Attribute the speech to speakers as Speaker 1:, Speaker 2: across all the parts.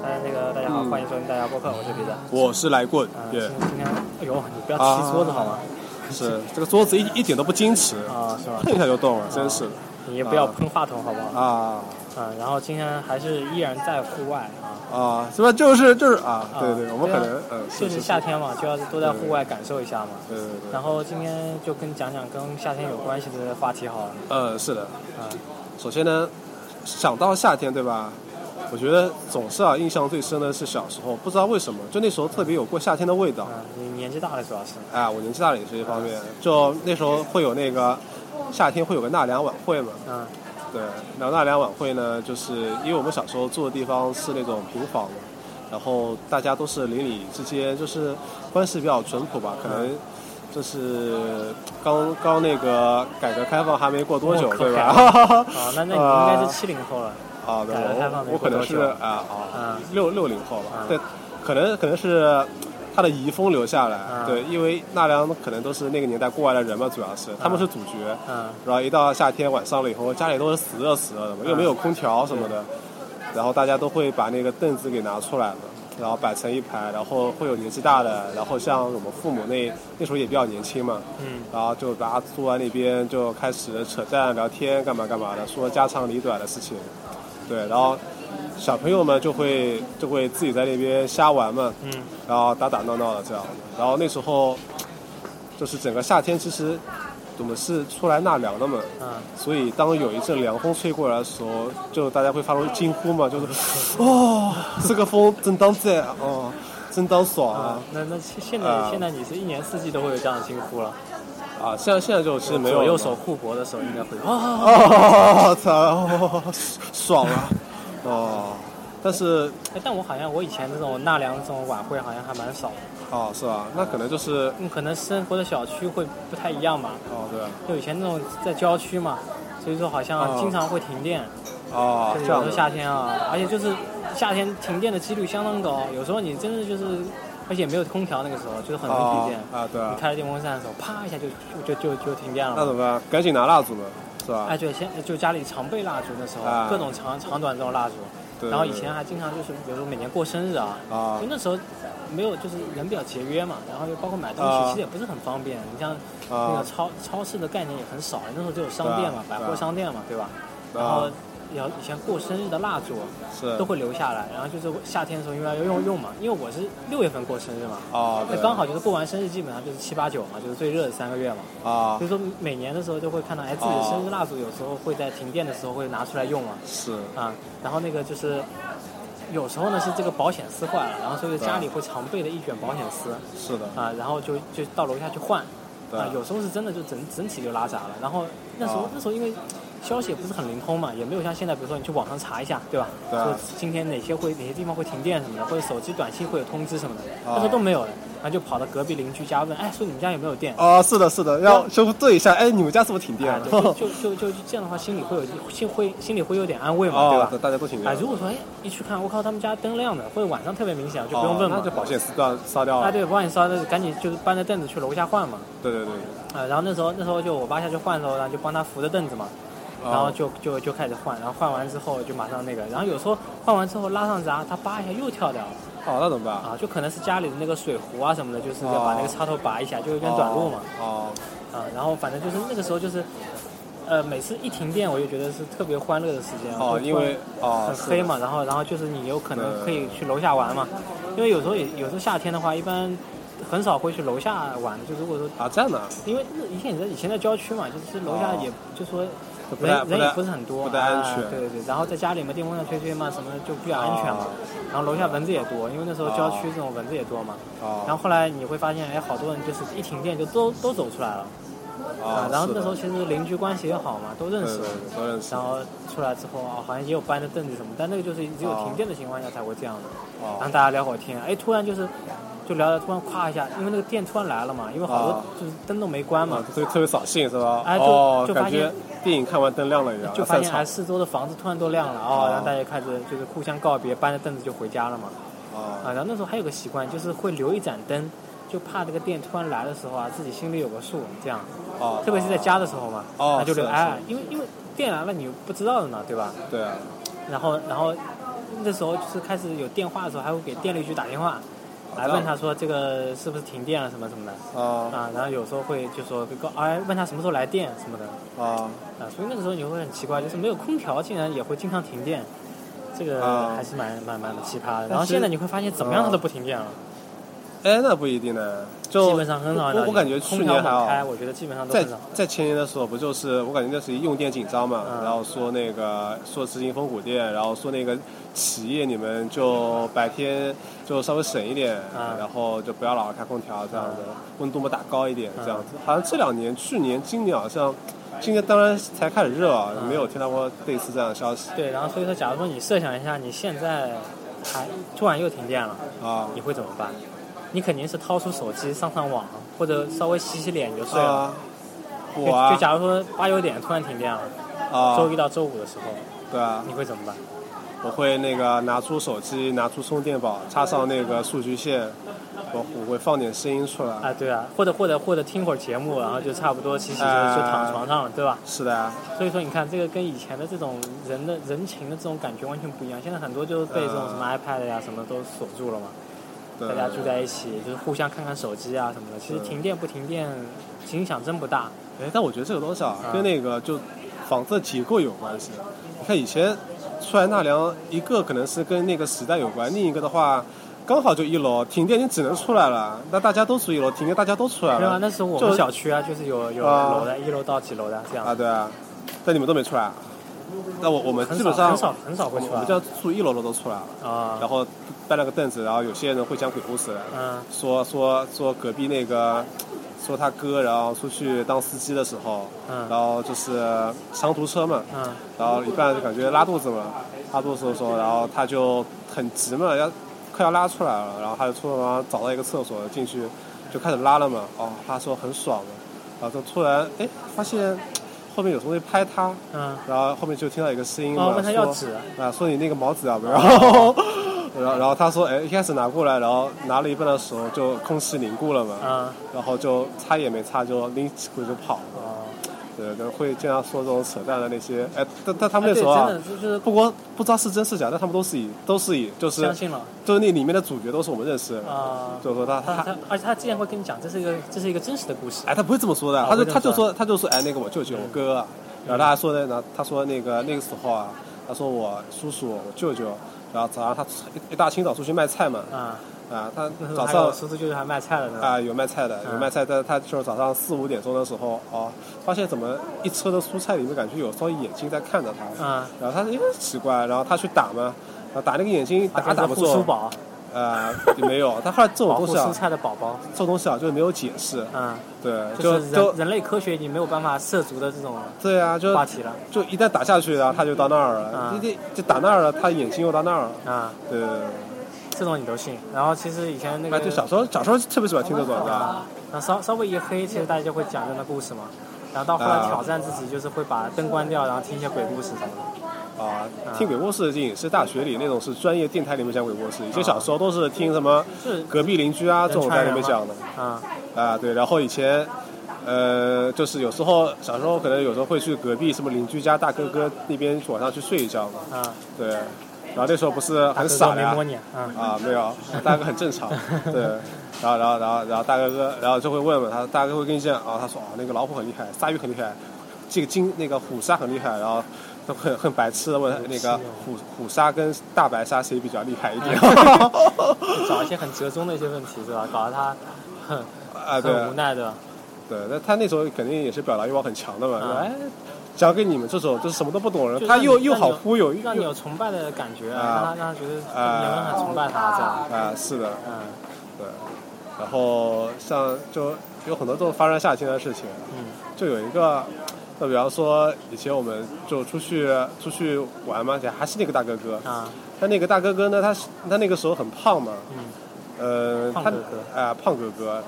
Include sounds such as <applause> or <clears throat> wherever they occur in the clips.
Speaker 1: 好，欢迎收听哎大家播客，我是彼得。
Speaker 2: 我是来棍，
Speaker 1: 嗯，今
Speaker 2: 也
Speaker 1: 今天，哎呦，你不要踢桌子好吗？
Speaker 2: 是这个桌子一一点都不矜持，
Speaker 1: 啊，
Speaker 2: <laughs>
Speaker 1: 是吧？
Speaker 2: 碰一下就动了，真是的
Speaker 1: 你也不要喷话筒好不好？
Speaker 2: 啊
Speaker 1: 嗯，然后今天还是依然在户外啊，
Speaker 2: 啊，是吧？就是就是啊，
Speaker 1: 啊
Speaker 2: 对对，我们
Speaker 1: 对啊
Speaker 2: 可能嗯，
Speaker 1: 就是是
Speaker 2: 是
Speaker 1: 夏
Speaker 2: 是，
Speaker 1: 天嘛，就要都在户外感受一下嘛。
Speaker 2: 对对对，
Speaker 1: 然后今天就跟讲讲跟夏天有关系的话题好了。
Speaker 2: 嗯，是的。
Speaker 1: 嗯，
Speaker 2: 首先呢，想到夏天，对吧？我觉得总是啊，印象最深的是小时候，不知道为什么，就那时候特别有过夏天的味道。
Speaker 1: 嗯，你年纪大了主要是。
Speaker 2: 哎，我年纪大了也是一方面，就那时候会有那个夏天会有个纳凉晚会嘛，
Speaker 1: 嗯
Speaker 2: 对，然后纳凉晚会呢，就是因为我们小时候住的地方是那种平房，然后大家都是邻里之间就是关系比较淳朴吧，可
Speaker 1: 嗯
Speaker 2: 能就是刚刚那个改革开放还没过多久，
Speaker 1: 我靠
Speaker 2: 对 <laughs> 吧？
Speaker 1: 啊，那那你应该
Speaker 2: 啊
Speaker 1: 是七零后了。
Speaker 2: 啊，对，
Speaker 1: 改革开放
Speaker 2: 我
Speaker 1: 没
Speaker 2: 我
Speaker 1: 过
Speaker 2: 可能
Speaker 1: 多
Speaker 2: 是
Speaker 1: 久
Speaker 2: 啊啊
Speaker 1: 嗯
Speaker 2: 六六零后吧
Speaker 1: 嗯，
Speaker 2: 对，可能可能是他的遗风留下来，
Speaker 1: 嗯
Speaker 2: 对，因为纳凉可能都是那个年代过来的人嘛，主要是他们是主角，
Speaker 1: 嗯
Speaker 2: 然后一到夏天晚上了以后，家里都是死热死热的嘛，又没有空调什么的，然后大家都会把那个凳子给拿出来了。然后摆成一排，然后会有年纪大的，然后像我们父母那那时候也比较年轻嘛，
Speaker 1: 嗯
Speaker 2: 然后就大家坐在那边就开始扯淡、聊天，干嘛干嘛的，说家长里短的事情。对，然后小朋友们就会就会自己在那边瞎玩嘛，
Speaker 1: 嗯
Speaker 2: 然后打打闹闹的这样。然后那时候就是整个夏天，其实我们是出来纳凉的嘛，
Speaker 1: 嗯，
Speaker 2: 所以当有一阵凉风吹过来的时候，就大家会发出惊呼嘛，就是哦，这个风真当赞啊哦，真当爽啊
Speaker 1: 啊！，那那现现在
Speaker 2: 啊
Speaker 1: 现在你是一年四季都会有这样的惊呼了。
Speaker 2: 啊，现在现在就其实没有
Speaker 1: 左
Speaker 2: 了
Speaker 1: 右
Speaker 2: 嘛
Speaker 1: 手互搏的时候应该会啊，
Speaker 2: 哦，操，爽啊！哦，但是
Speaker 1: 哎但我好像我以前这种纳凉这种晚会好像还蛮少的，
Speaker 2: 哦，是吧？那可能就是
Speaker 1: 嗯，可能生活的小区会不太一样吧。
Speaker 2: 哦，对啊，
Speaker 1: 就以前那种在郊区嘛，所以说好像
Speaker 2: 哦
Speaker 1: 经常会停电，
Speaker 2: 哦
Speaker 1: 就，是
Speaker 2: 这
Speaker 1: 有时候
Speaker 2: 样的
Speaker 1: 夏天啊，而且就是夏天停电的几率相当高，有时候你真的就是，而且没有空调那个时候，就是很容易停
Speaker 2: 哦
Speaker 1: 电。
Speaker 2: 啊，对啊
Speaker 1: 你，开了电风扇的时候，啪一下就就就就就停电了
Speaker 2: 那
Speaker 1: 嘛。
Speaker 2: 怎么办？赶紧拿蜡烛嘛，是吧
Speaker 1: 哎，？对，现就家里常备蜡烛的时候，
Speaker 2: 啊
Speaker 1: 各种长长短这种蜡烛。
Speaker 2: 对
Speaker 1: 然后以前还经常就是，比如说每年过生日啊，
Speaker 2: 啊
Speaker 1: 因为那时候没有就是人比较节约嘛，然后又包括买东西
Speaker 2: 啊
Speaker 1: 其实也不是很方便。你像哎那个
Speaker 2: 啊
Speaker 1: 超超市的概念也很少，那时候只有商店嘛，
Speaker 2: 对
Speaker 1: 百
Speaker 2: 啊
Speaker 1: 货商店嘛，对吧？然后
Speaker 2: 啊，
Speaker 1: 要以前过生日的蜡烛
Speaker 2: 是
Speaker 1: 都会留下来，然后就是夏天的时候因为要用用嘛，因为我是六月份过生日嘛，
Speaker 2: 啊，
Speaker 1: 那
Speaker 2: 对
Speaker 1: 哎刚好就是过完生日基本上就是七八九嘛，就是最热的三个月嘛，
Speaker 2: 啊
Speaker 1: 所以说每年的时候就会看到，哎，自己的生日蜡烛有时候会在停电的时候会拿出来用嘛，
Speaker 2: 是
Speaker 1: 啊，然后那个就是。有时候呢是这个保险丝坏了，然后所以家里会常备的一卷保险丝
Speaker 2: 是的，
Speaker 1: 啊，然后就就到楼下去换，
Speaker 2: 对
Speaker 1: 啊，有时候是真的就整整体就拉闸了。然后那时候、
Speaker 2: 啊
Speaker 1: 那时候因为消息也不是很灵通嘛，也没有像现在，比如说你去网上查一下，对吧？
Speaker 2: 对啊
Speaker 1: 说今天哪些会哪些地方会停电什么的，或者手机短信会有通知什么的，那时候
Speaker 2: 啊
Speaker 1: 都没有的。然后就跑到隔壁邻居家问，哎，说你们家有没有电？
Speaker 2: 啊，是的，是的，要修复对一下。哎，你们家是不是停电
Speaker 1: 啊，
Speaker 2: 了？
Speaker 1: 对就就就就这样的话，心里会有心会心里会有点安慰嘛，对
Speaker 2: <laughs> 哦
Speaker 1: 吧，？
Speaker 2: 大家都停
Speaker 1: 啊
Speaker 2: 电，了。
Speaker 1: 如果说哎一去看，我靠，他们家灯亮的，或者晚上特别明显，就不用
Speaker 2: 哦
Speaker 1: 问嘛。
Speaker 2: 那就保险丝掉烧掉
Speaker 1: 啊，
Speaker 2: 了。
Speaker 1: 对，不然你烧的赶紧就是搬着凳子去楼下换嘛。
Speaker 2: 对对对，哦
Speaker 1: 啊，然后那时候那时候就我爸下去换的时候，然后就帮他扶着凳子嘛，
Speaker 2: 哦
Speaker 1: 然后就就就开始换，然后换完之后就马上那个，然后有时候换完之后拉上闸，它叭一下又跳掉了
Speaker 2: 哦，那怎么办？
Speaker 1: 啊，就可能是家里的那个水壶啊什么的，就是要把那个插头拔一下，就有点短路嘛
Speaker 2: 哦。
Speaker 1: 啊，然后反正就是那个时候就是，呃，每次一停电我就觉得是特别欢乐的时间
Speaker 2: 哦，哦，
Speaker 1: 就
Speaker 2: 因
Speaker 1: 突然
Speaker 2: 为哦，
Speaker 1: 很
Speaker 2: 是
Speaker 1: 呃黑
Speaker 2: 的
Speaker 1: 嘛，然后然后就是你有可能
Speaker 2: 对
Speaker 1: 可以去楼下玩嘛，因为有时候也有时候夏天的话一般。很少会去楼下玩，就如果说
Speaker 2: 啊，这样的啊。
Speaker 1: 因为那以前你在以前在郊区嘛，就是楼下也、就说
Speaker 2: 哦不太
Speaker 1: 人人也
Speaker 2: 不太
Speaker 1: 不是很多，
Speaker 2: 不太安全
Speaker 1: 啊对对对，然后在家里嘛，电风扇吹吹嘛，什么的就比较安全嘛。
Speaker 2: 哦
Speaker 1: 然后楼下蚊子也多，因为那时候郊区这种蚊子也多嘛。
Speaker 2: 哦，
Speaker 1: 然后后来你会发现，哎，好多人就是一停电就都都走出来了、啊
Speaker 2: 啊。
Speaker 1: 然后
Speaker 2: 是
Speaker 1: 那
Speaker 2: 的
Speaker 1: 时候其实邻居关系也好嘛，都认
Speaker 2: 对
Speaker 1: 识
Speaker 2: 对。对都认识
Speaker 1: 然后出来之后啊，好像也有搬着凳子什么，但那个就是只有停电的情况下才会这样的。然后
Speaker 2: 哦
Speaker 1: 大家聊会儿天，哎，突然就是，就聊聊，突然咵一下，因为那个电突然来了嘛，因为好多
Speaker 2: 哦
Speaker 1: 就是灯都没关嘛，
Speaker 2: 啊，特别特别扫兴是吧？
Speaker 1: 哎就
Speaker 2: 哦
Speaker 1: 就，发
Speaker 2: 感
Speaker 1: 现
Speaker 2: 觉电影看完灯亮了一样，
Speaker 1: 就
Speaker 2: 要
Speaker 1: 发
Speaker 2: 散
Speaker 1: 现哎，
Speaker 2: 场
Speaker 1: 四周的房子突然都亮了哦
Speaker 2: 哦，
Speaker 1: 然后大家开始就是互相告别，搬着凳子就回家了嘛。啊，
Speaker 2: 啊
Speaker 1: 然后那时候还有个习惯，就是会留一盏灯，就怕这个电突然来的时候啊，自己心里有个数，这样。
Speaker 2: 哦，
Speaker 1: 特别是在家的时候嘛，
Speaker 2: 哦
Speaker 1: 那就是留
Speaker 2: 的
Speaker 1: 哎，因为因为电来了你又不知道的嘛，对吧？
Speaker 2: 对啊，
Speaker 1: 然后然后那时候就是开始有电话的时候，还会给电力局打电话，来
Speaker 2: 知道
Speaker 1: 问他说这个是不是停电了什么什么的
Speaker 2: 啊
Speaker 1: 啊。然后有时候会就说告哎问他什么时候来电什么的
Speaker 2: 啊，
Speaker 1: 啊。所以那个时候你会很奇怪，就是没有空调竟然也会经常停电，这个
Speaker 2: 啊
Speaker 1: 还是蛮蛮蛮奇葩的。
Speaker 2: 但
Speaker 1: 然后
Speaker 2: 是
Speaker 1: 现在你会发现怎么样它都不停电了，
Speaker 2: 哎，那不一定呢，就
Speaker 1: 基本上很少。
Speaker 2: 我我感觉去
Speaker 1: 空
Speaker 2: 年
Speaker 1: 调
Speaker 2: 还
Speaker 1: 很
Speaker 2: 好，
Speaker 1: 开，我觉得基本上都
Speaker 2: 在
Speaker 1: 很少。
Speaker 2: 在前年的时候，不就是我感觉那是用电紧张嘛，
Speaker 1: 嗯
Speaker 2: 然后说那个说执行风谷店，然后说那个企业你们就白天就稍微省一点，
Speaker 1: 嗯
Speaker 2: 然后就不要老是开空调这样子，
Speaker 1: 嗯
Speaker 2: 温度嘛打高一点
Speaker 1: 嗯
Speaker 2: 这样子。好像这两年，去年、今年好像，今年当然才开始热啊，
Speaker 1: 嗯
Speaker 2: 没有听到过类似这样的消息
Speaker 1: 对，然后所以说，假如说你设想一下，你现在还突然又停电了，
Speaker 2: 啊
Speaker 1: 你会怎么办？你肯定是掏出手机上上网，或者稍微洗洗脸就睡了。
Speaker 2: 啊！
Speaker 1: 就
Speaker 2: 我啊
Speaker 1: 就假如说八九点突然停电了，
Speaker 2: 啊，
Speaker 1: 周一到周五的时候，
Speaker 2: 对啊，
Speaker 1: 你会怎么办？
Speaker 2: 我会那个拿出手机，拿出充电宝，插上那个数据线，我我会放点声音出来。
Speaker 1: 啊，对啊，或者或者或者听会儿节目，然后就差不多洗洗就
Speaker 2: 啊
Speaker 1: 就躺床上了，对吧？
Speaker 2: 是的啊，
Speaker 1: 所以说你看，这个跟以前的这种人的人情的这种感觉完全不一样。现在很多就是被这种什么
Speaker 2: 啊
Speaker 1: iPad 呀、什么都锁住了嘛，
Speaker 2: 对
Speaker 1: 大家住在一起就是互相看看手机啊什么的。其实
Speaker 2: 嗯
Speaker 1: 停电不停电影响真不大。
Speaker 2: 哎，但我觉得这个东西啊，
Speaker 1: 啊
Speaker 2: 跟那个就房子的结构有关系。你看以前初来纳凉，一个可能是跟那个时代有关，另一个的话，刚好就一楼停电，你只能出来了。那大家都住一楼，停电大家都出来
Speaker 1: 对啊，
Speaker 2: 了。
Speaker 1: 那时候我们
Speaker 2: 就
Speaker 1: 小区啊，就是有有
Speaker 2: 啊
Speaker 1: 楼的，一楼到几楼的这样
Speaker 2: 啊，，对啊，但你们都没出来啊。那我我们
Speaker 1: 很
Speaker 2: 基
Speaker 1: 少
Speaker 2: 本上
Speaker 1: 很少很少会
Speaker 2: 我们
Speaker 1: 出
Speaker 2: 我
Speaker 1: 来
Speaker 2: 们叫住一楼的都出来了，
Speaker 1: 啊
Speaker 2: 然。后搬了个凳子，然后有些人会讲鬼故事，
Speaker 1: 嗯
Speaker 2: 说说说隔壁那个，说他哥，然后出去当司机的时候，
Speaker 1: 嗯
Speaker 2: 然后就是长途车嘛，
Speaker 1: 嗯
Speaker 2: 然后一半就感觉拉肚子嘛，拉肚子的时候，然后他就很急嘛，要快要拉出来了，然后他就突然找到一个厕所进去，就开始拉了嘛。哦，他说很爽嘛，然后就突然哎发现后面有东西拍他，
Speaker 1: 嗯，
Speaker 2: 然后后面就听到一个声音嘛，
Speaker 1: 哦，问他要
Speaker 2: 说
Speaker 1: 纸，
Speaker 2: 啊，说你那个毛纸要不要？然后，然后然后他说，哎，一开始拿过来，然后拿了一半的时候就空气凝固了嘛，
Speaker 1: 嗯，
Speaker 2: 然后就擦也没擦，就拎起裤子就跑了。
Speaker 1: 哦，
Speaker 2: 对，都会经常说这种扯淡的那些，哎，但但他
Speaker 1: 哎
Speaker 2: 们那
Speaker 1: 对
Speaker 2: 时候啊
Speaker 1: 真，的就是
Speaker 2: 不光不知道是真是假，但他们都是以都是以就是
Speaker 1: 相信了
Speaker 2: 就是那里面的主角都是我们认识的人，
Speaker 1: 啊。
Speaker 2: 就是说他
Speaker 1: 他
Speaker 2: 他
Speaker 1: 他，而且他之前会跟你讲，这是一个这是一个真实的故事。
Speaker 2: 哎，他不会这么说的，
Speaker 1: 啊
Speaker 2: 他就
Speaker 1: 不会这么
Speaker 2: 他就
Speaker 1: 说
Speaker 2: 说他就说，哎，那个我舅舅我哥啊，然后他还说呢，然后他说那个那个时候啊，他说我叔叔我舅舅，然后早上他一一大清早出去卖菜嘛，
Speaker 1: 啊，
Speaker 2: 啊，他
Speaker 1: 那时候
Speaker 2: 早
Speaker 1: 还有
Speaker 2: 上
Speaker 1: 叔叔舅舅还卖菜了呢。
Speaker 2: 啊有卖菜的有卖菜，但是他就是早上四五点钟的时候哦，发现怎么一车的蔬菜里面感觉有双眼睛在看着他，
Speaker 1: 啊，
Speaker 2: 然后他说哎奇怪，然后他去打嘛，然后打那个眼睛打
Speaker 1: 而且
Speaker 2: 打
Speaker 1: 是
Speaker 2: 不
Speaker 1: 护舒
Speaker 2: 中，
Speaker 1: 宝，
Speaker 2: 啊也没有，他后来这种
Speaker 1: 保
Speaker 2: 东
Speaker 1: 护
Speaker 2: 西啊
Speaker 1: 蔬，菜的宝宝。
Speaker 2: 这种东西啊就是没有解释，
Speaker 1: 嗯，
Speaker 2: 对，
Speaker 1: 就
Speaker 2: 就是就
Speaker 1: 人人类科学已经没有办法涉足的这种
Speaker 2: 对啊，就
Speaker 1: 话题了。
Speaker 2: 就一旦打下去，然后他就到那儿了
Speaker 1: 啊，
Speaker 2: 就就打那儿了，他眼睛又到那儿了。
Speaker 1: 啊，
Speaker 2: 对，对对
Speaker 1: 这种你都信。然后其实以前那
Speaker 2: 对哎，对，
Speaker 1: 个
Speaker 2: 小时候小时候特别喜欢听这种的，
Speaker 1: 啊，那稍稍微一黑，其实大家就会讲这样的故事嘛。然后到后来
Speaker 2: 啊
Speaker 1: 挑战自己，就是会把灯关掉，然后听一些鬼故事什么的。
Speaker 2: 啊，听鬼故事已经是大学里那种是专业电台里面讲鬼故事，以前小时候都是听什么
Speaker 1: 是
Speaker 2: 隔壁邻居啊这种在里面讲的
Speaker 1: 啊，
Speaker 2: 啊，对，然后以前。呃，就是有时候小时候可能有时候会去隔壁什么邻居家大哥哥那边晚上去睡一觉嘛，
Speaker 1: 啊，
Speaker 2: 对，然后那时候不是很
Speaker 1: 这种
Speaker 2: 傻
Speaker 1: 没
Speaker 2: 呀、
Speaker 1: 摸你啊，
Speaker 2: 啊，没有，大哥很
Speaker 1: <laughs>
Speaker 2: 正常，对。然后，然后，然后，然后大哥哥，然后就会问问他，大哥会跟你讲啊，他说啊，那个老虎很厉害，鲨鱼很厉害，这个鲸那个虎鲨很厉害，然后都很很白痴的问那
Speaker 1: 哦
Speaker 2: 个虎虎鲨跟大白鲨谁比较厉害
Speaker 1: <laughs>
Speaker 2: 一点？ <laughs>
Speaker 1: 找一些很折中的一些问题是吧？搞得他很
Speaker 2: 啊，对
Speaker 1: 很无奈对吧？
Speaker 2: 对，那他那时候肯定也是表达欲望很强的嘛，
Speaker 1: 啊
Speaker 2: 哎，讲给你们这种就是什么都不懂的
Speaker 1: 就
Speaker 2: 人，他
Speaker 1: 让
Speaker 2: 又
Speaker 1: 你
Speaker 2: 又
Speaker 1: 让你
Speaker 2: 好
Speaker 1: 有
Speaker 2: 忽悠，
Speaker 1: 让你
Speaker 2: 又
Speaker 1: 有崇拜的感觉，让他
Speaker 2: 啊
Speaker 1: 让他觉得
Speaker 2: 啊
Speaker 1: 你们很崇拜他这样。
Speaker 2: 啊，是的，
Speaker 1: 嗯
Speaker 2: 对。然后像就有很多这种发生下天的事情，
Speaker 1: 嗯
Speaker 2: 就有一个，就比方说以前我们就出去出去玩嘛，还是那个大哥哥。
Speaker 1: 啊
Speaker 2: 但那个大哥哥呢，他是他那个时候很胖嘛，
Speaker 1: 嗯
Speaker 2: 呃，
Speaker 1: 胖
Speaker 2: 他
Speaker 1: 哥
Speaker 2: 啊
Speaker 1: 哥、
Speaker 2: 胖哥哥，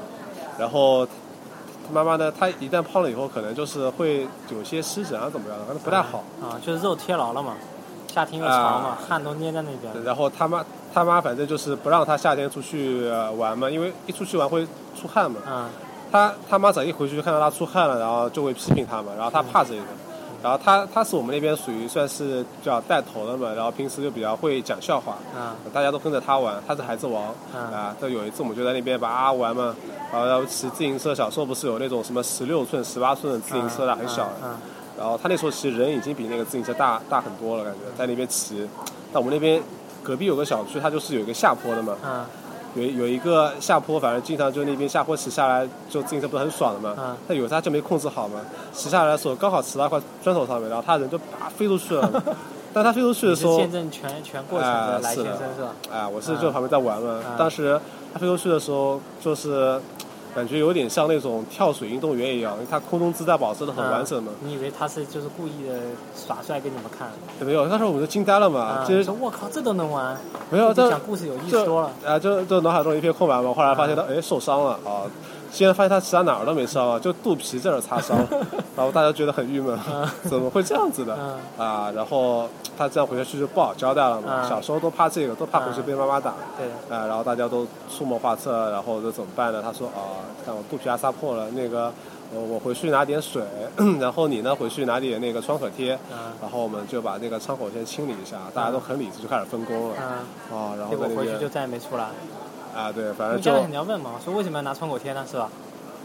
Speaker 2: 然后他妈妈呢，他一旦胖了以后，可能就是会有些湿疹啊怎么样的，反正不太好。
Speaker 1: 啊，就是肉贴牢了嘛，夏天又长
Speaker 2: 啊
Speaker 1: 嘛，汗都捏在那边。
Speaker 2: 然后他妈他妈反正就是不让他夏天出去呃玩嘛，因为一出去玩会出汗嘛。
Speaker 1: 嗯
Speaker 2: 他他妈只要一回去就看到他出汗了，然后就会批评他嘛，然后他怕这个，然后他他是我们那边属于算是比较带头的嘛，然后平时就比较会讲笑话，
Speaker 1: 啊
Speaker 2: 大家都跟着他玩，他是孩子王
Speaker 1: 嗯
Speaker 2: 啊。这有一次我们就在那边玩啊玩嘛，然后骑自行车，小时候不是有那种什么十六寸、十八寸的自行车啦，很小的。
Speaker 1: 嗯
Speaker 2: 然后他那时候其实人已经比那个自行车大大很多了，感觉在那边骑。但我们那边隔壁有个小区，它就是有一个下坡的嘛，
Speaker 1: 嗯
Speaker 2: 有有一个下坡，反正经常就那边下坡骑下来，就自行车不是很爽的嘛。
Speaker 1: 嗯
Speaker 2: 但有时候他就没控制好嘛，骑下来的时候刚好骑到一块砖头上面，然后他人就啪飞出
Speaker 1: <laughs>
Speaker 2: 去了。但他飞出去
Speaker 1: 你
Speaker 2: 的时
Speaker 1: 是
Speaker 2: 候，
Speaker 1: 见证全全过程的
Speaker 2: 哎
Speaker 1: 来
Speaker 2: 是
Speaker 1: 先
Speaker 2: 的
Speaker 1: 生是吧？
Speaker 2: 哎，我是就旁边在玩嘛。
Speaker 1: 嗯
Speaker 2: 当时他飞出去的时候，就是感觉有点像那种跳水运动员一样，因为他空中姿态保持的很完整嘛。
Speaker 1: 嗯你以为他是就是故意的耍帅给你们看？
Speaker 2: 没有，当时我们就惊呆了嘛。
Speaker 1: 啊
Speaker 2: 啊其实
Speaker 1: 说我靠，这都能玩？
Speaker 2: 没有，
Speaker 1: 这
Speaker 2: 这
Speaker 1: 讲故事有意思
Speaker 2: 这
Speaker 1: 多了。嗯
Speaker 2: 啊，就就脑海中一片空白嘛。后来发现他哎受伤了啊，现在发现他其他哪儿都没伤啊，就肚皮这儿擦
Speaker 1: <laughs>
Speaker 2: 伤了，然后大家觉得很郁闷
Speaker 1: 嗯，
Speaker 2: 怎么会这样子的
Speaker 1: 嗯
Speaker 2: 啊？然后他这样回去就不好交代了嘛。
Speaker 1: 嗯
Speaker 2: 小时候都怕这个，都怕回去被妈妈打。
Speaker 1: 对，
Speaker 2: 啊，然后大家都出谋划策，然后就怎么办呢？他说啊，看我肚皮压擦破了，那个我我回去拿点水， <clears throat> 然后你呢回去拿点那个创可贴，
Speaker 1: 嗯
Speaker 2: 然后我们就把那个创口贴清理一下，大家都很理智，就开始分工了。
Speaker 1: 嗯，
Speaker 2: 啊，然后
Speaker 1: 结果
Speaker 2: 在那
Speaker 1: 回去就
Speaker 2: 边
Speaker 1: 再也没出来。
Speaker 2: 啊，对，反
Speaker 1: 因为
Speaker 2: 正就
Speaker 1: 家长肯定要问嘛，我说为什么要拿创口贴呢？
Speaker 2: <laughs>
Speaker 1: 是吧？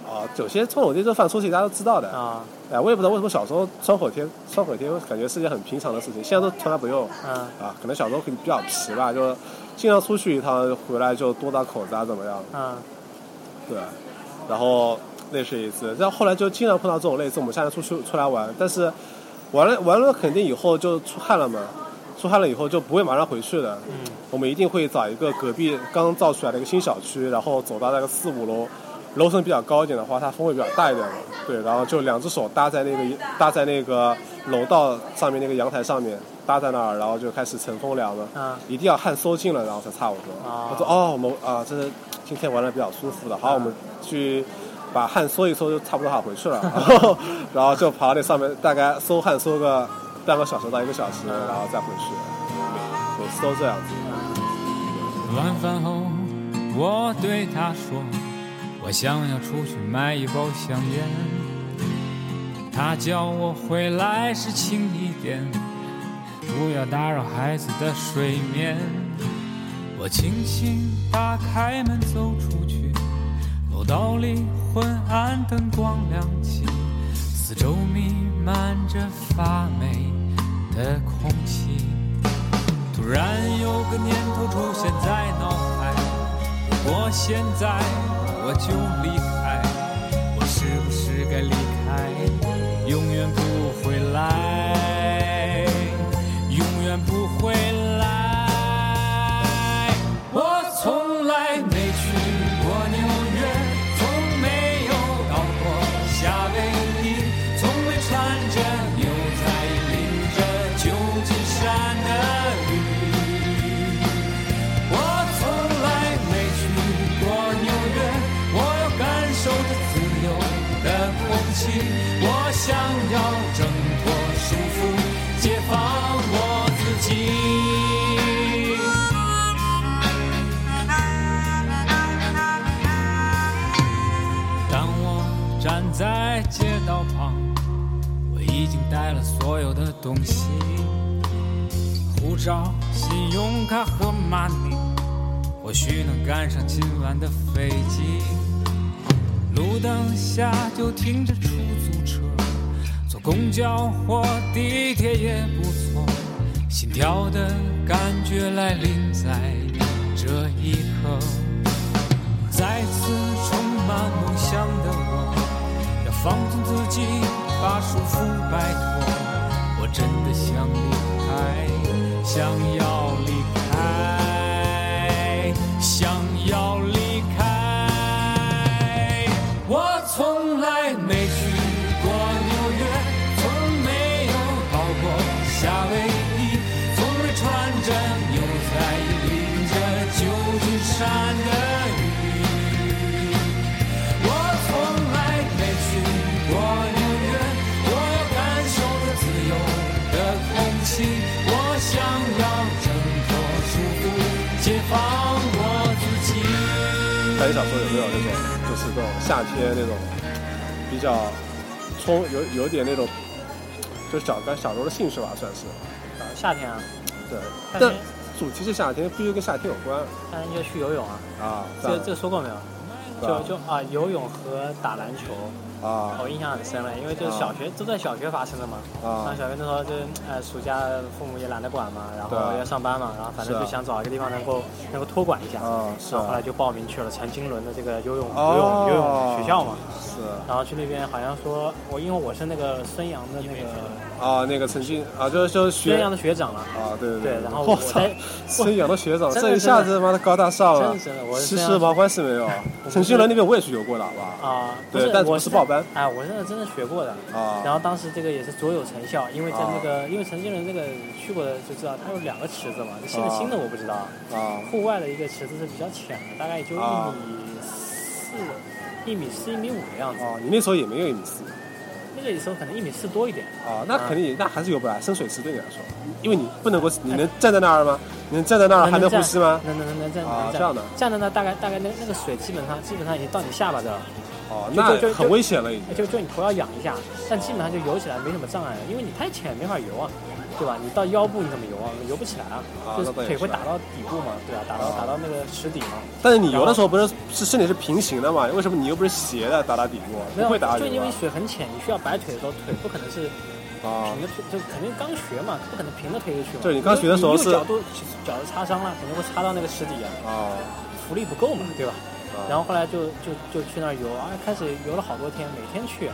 Speaker 2: 啊，有些创口贴这犯出去大家都知道的。
Speaker 1: 啊，
Speaker 2: 哎，我也不知道为什么小时候创口贴，创口贴感觉是一件很平常的事情，现在都从来不用。
Speaker 1: 嗯
Speaker 2: 啊，可能小时候可能比较皮吧，就经常出去一趟，回来就多打口子啊，怎么样？
Speaker 1: 嗯
Speaker 2: 对，然后那是一次，但后来就经常碰到这种类似，我们下次出去出来玩，但是玩了玩了肯定以后就出汗了嘛，出汗了以后就不会马上回去的，
Speaker 1: 嗯
Speaker 2: 我们一定会找一个隔壁刚造出来的一个新小区，然后走到那个四五楼，楼层比较高一点的话，它风会比较大一点嘛，对，然后就两只手搭在那个搭在那个楼道上面那个阳台上面搭在那儿，然后就开始乘风凉了。
Speaker 1: 嗯
Speaker 2: 一定要汗收尽了，然后才擦我说，
Speaker 1: 啊
Speaker 2: 我说哦，我们啊，真的今天玩的比较舒服的，好，我们去把汗收一收，就差不多好回去了，然后然后就爬到那上面，大概收汗收个半个小时到一个小时，然后再回去，每次都这样子。
Speaker 3: 晚饭后，我对他说，我想要出去买一包香烟。他叫我回来时轻一点，不要打扰孩子的睡眠。我轻轻打开门走出去，楼道里昏暗，灯光亮起，四周弥漫着发霉的空气。突然有个念头出现在脑海，我现在我就离开，我是不是该离开？永远不回来，永远不回来。我从来没去过纽约，从没有到过夏威夷，从未穿着牛仔，淋着旧金山的雨。我从来没去过纽约，我要感受着自由的空气，我想要挣脱束缚，解放我自己。当我站在街道旁，我已经带了所有的东西。护照、信用卡和 money，或许能赶上今晚的飞机。路灯下就停着出租车，坐公交或地铁也不错。心跳的感觉来临在这一刻，再次充满梦想的我，要放纵自己，把束缚摆脱。我真的想离开，想要离开，想要离开。我从来没去过纽约，从没有到过夏威夷，从未穿着牛仔，淋着旧金山的雨。我从来没去过纽约，我要感受着自由的空气，我想要挣脱束缚，解放我自己。
Speaker 2: 那你小时候有没有那种，就是这种夏天那种比较冲，有有点那种就是小干小时候的兴趣吧，算是。
Speaker 1: 夏天啊，
Speaker 2: 对，
Speaker 1: 夏
Speaker 2: 但
Speaker 1: 天
Speaker 2: 主题是夏天，必须跟夏天有关
Speaker 1: 夏天就去游泳啊，
Speaker 2: 啊。
Speaker 1: 这个这个说过没有？
Speaker 2: 是吧
Speaker 1: 就就啊，游泳和打篮球，
Speaker 2: 啊
Speaker 1: 我印象很深了，因为就是小学都在小学发生的嘛。然后
Speaker 2: 啊
Speaker 1: 小学那时候就是，呃，暑假父母也懒得管嘛，然
Speaker 2: 对啊
Speaker 1: 后要上班嘛，然后反正
Speaker 2: 是啊
Speaker 1: 就想找一个地方能够能够托管一下。
Speaker 2: 啊是
Speaker 1: 然后后来
Speaker 2: 啊
Speaker 1: 就报名去了陈经纶的这个游泳、
Speaker 2: 哦
Speaker 1: 游泳游泳学校嘛，
Speaker 2: 是
Speaker 1: 然后去那边好像说，我因为我是那个孙杨的那个
Speaker 2: 啊，那个曾经啊，就是就是
Speaker 1: 孙
Speaker 2: 学
Speaker 1: 杨的学长了，
Speaker 2: 啊，对对
Speaker 1: 对，然后
Speaker 2: 我
Speaker 1: 我
Speaker 2: 操，
Speaker 1: 在
Speaker 2: 孙杨的学长，
Speaker 1: 真的
Speaker 2: 这一下子妈的高大上了
Speaker 1: 真的真的， <laughs> 我是
Speaker 2: 其
Speaker 1: 这样
Speaker 2: 实毛关系没有，陈俊伦那边我也去游过的，好吧？
Speaker 1: 啊，不
Speaker 2: 对但是
Speaker 1: 我
Speaker 2: 不是报班
Speaker 1: 哎，我真的真的学过的。
Speaker 2: 啊，
Speaker 1: 然后当时这个也是卓有成效，因为在
Speaker 2: 啊
Speaker 1: 那个，因为陈经纶这个去过的就知道，它有两个池子嘛，现在
Speaker 2: 啊
Speaker 1: 新的我不知道。
Speaker 2: 啊
Speaker 1: 户外的一个池子是比较浅的，大概也就一
Speaker 2: 啊
Speaker 1: 米四、一米四、一米五的样子。
Speaker 2: 啊，你那时候也没有一米四
Speaker 1: 那个时候可能一米四多一点，
Speaker 2: 啊，那肯定那还是游不来，深水池对你来说，因为你不能够，你能站在那儿吗？你能站在那儿还能呼吸吗？
Speaker 1: 能能能能站
Speaker 2: 啊
Speaker 1: 能
Speaker 2: 这
Speaker 1: 站
Speaker 2: 样的
Speaker 1: 站在那大概大概那那个水基本上基本上已经到你下巴这了，
Speaker 2: 哦，
Speaker 1: 就
Speaker 2: 那
Speaker 1: 就就
Speaker 2: 很危险了已经。
Speaker 1: 就就你头要仰一下，但基本上就游起来没什么障碍了，因为你太浅没法游啊，对吧？你到腰部你怎么游啊？游不起来啊，
Speaker 2: 啊
Speaker 1: 就是
Speaker 2: 那倒也
Speaker 1: 腿会
Speaker 2: 是啊
Speaker 1: 打到底部嘛，对吧？打到、
Speaker 2: 啊
Speaker 1: 打到那个池底嘛。
Speaker 2: 但是你游的时候不是是身体是平行的嘛？为什么你又不是斜的打打底部？啊
Speaker 1: 没
Speaker 2: 不
Speaker 1: 有
Speaker 2: 会打，打
Speaker 1: 就
Speaker 2: 底
Speaker 1: 因
Speaker 2: 部
Speaker 1: 为水很浅，你需要摆腿的时候，腿不可能是
Speaker 2: 啊
Speaker 1: 平着推，就肯定刚学嘛，不可能平着推出去嘛。
Speaker 2: 对你刚学的时候
Speaker 1: 你右
Speaker 2: 是
Speaker 1: 角度脚都擦伤了，肯定会擦到那个池底啊，
Speaker 2: 啊
Speaker 1: 浮力不够嘛，对吧？然
Speaker 2: 啊
Speaker 1: 后后来就就就去那儿游啊，开始游了好多天，每天去，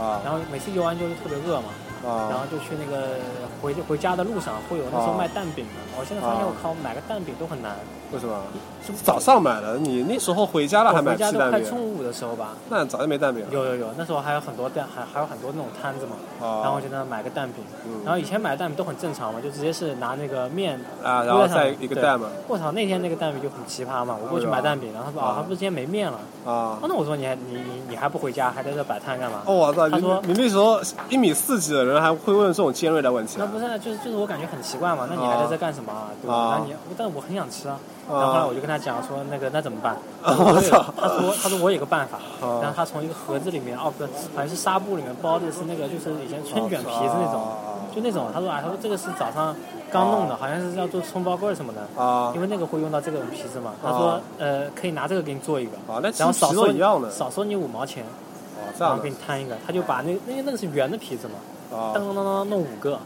Speaker 2: 啊
Speaker 1: 然后每次游完就是特别饿嘛，然后
Speaker 2: 啊
Speaker 1: 就去那个回回家的路上会有那时候
Speaker 2: 啊
Speaker 1: 卖蛋饼的，我现在发现
Speaker 2: 啊
Speaker 1: 我靠买个蛋饼都很难，
Speaker 2: 为什么？是早上买的，你那时候回家了还
Speaker 1: 我
Speaker 2: 买
Speaker 1: 回
Speaker 2: 不
Speaker 1: 家
Speaker 2: 起
Speaker 1: 都
Speaker 2: 蛋
Speaker 1: 快中
Speaker 2: 饼？
Speaker 1: 午的时候吧，
Speaker 2: 那早就没蛋饼啊了
Speaker 1: 有有有，那时候还有很多蛋，还还有很多那种摊子嘛，
Speaker 2: 啊
Speaker 1: 然后我就在那买个蛋饼，
Speaker 2: 嗯
Speaker 1: 然后以前买的蛋饼都很正常嘛，就直接是拿那个面
Speaker 2: 啊，然后
Speaker 1: 铺在上
Speaker 2: 再
Speaker 1: 面
Speaker 2: 一个
Speaker 1: 对
Speaker 2: 蛋嘛
Speaker 1: 我操，那天那个蛋饼就很奇葩嘛！我过去
Speaker 2: 哎呦
Speaker 1: 买蛋饼，然后他说
Speaker 2: 啊
Speaker 1: 啊，他不是今天没面了。
Speaker 2: 啊
Speaker 1: 哦，。那我说你还你你你还不回家，还在这摆摊干嘛？
Speaker 2: 哦，我操！你
Speaker 1: 他说
Speaker 2: 你那时候一米四几的人还会问这种尖锐的问题
Speaker 1: 那
Speaker 2: 啊？
Speaker 1: 不是啊，就是就是我感觉很奇怪嘛。那你还在这干什么啊？对
Speaker 2: 啊
Speaker 1: 吧？那你但我很想吃啊。然后后来
Speaker 2: 啊
Speaker 1: 我就跟他讲说那个那怎么办？他
Speaker 2: 啊
Speaker 1: 说
Speaker 2: 我
Speaker 1: 我有
Speaker 2: 操
Speaker 1: 他说他说我有个办法。
Speaker 2: 啊
Speaker 1: 然后他从一个盒子里面，哦不是，好像是纱布里面包的是那个就是以前春卷皮子那种，就那种。他说啊，他说这个是早上刚弄的，好像是要做葱包棍儿什么的。
Speaker 2: 啊
Speaker 1: 因为那个会用到这种皮子嘛。他说，呃，可以拿这个给你做一个，
Speaker 2: 啊那其实
Speaker 1: 然后少
Speaker 2: 皮都
Speaker 1: 收
Speaker 2: 一样的
Speaker 1: 少收你五毛钱，
Speaker 2: 哦，这
Speaker 1: 然
Speaker 2: 样
Speaker 1: 后给
Speaker 2: 的
Speaker 1: 你摊一个。他就把那那个那个是圆的皮子嘛，
Speaker 2: 啊
Speaker 1: 当当当当弄五个，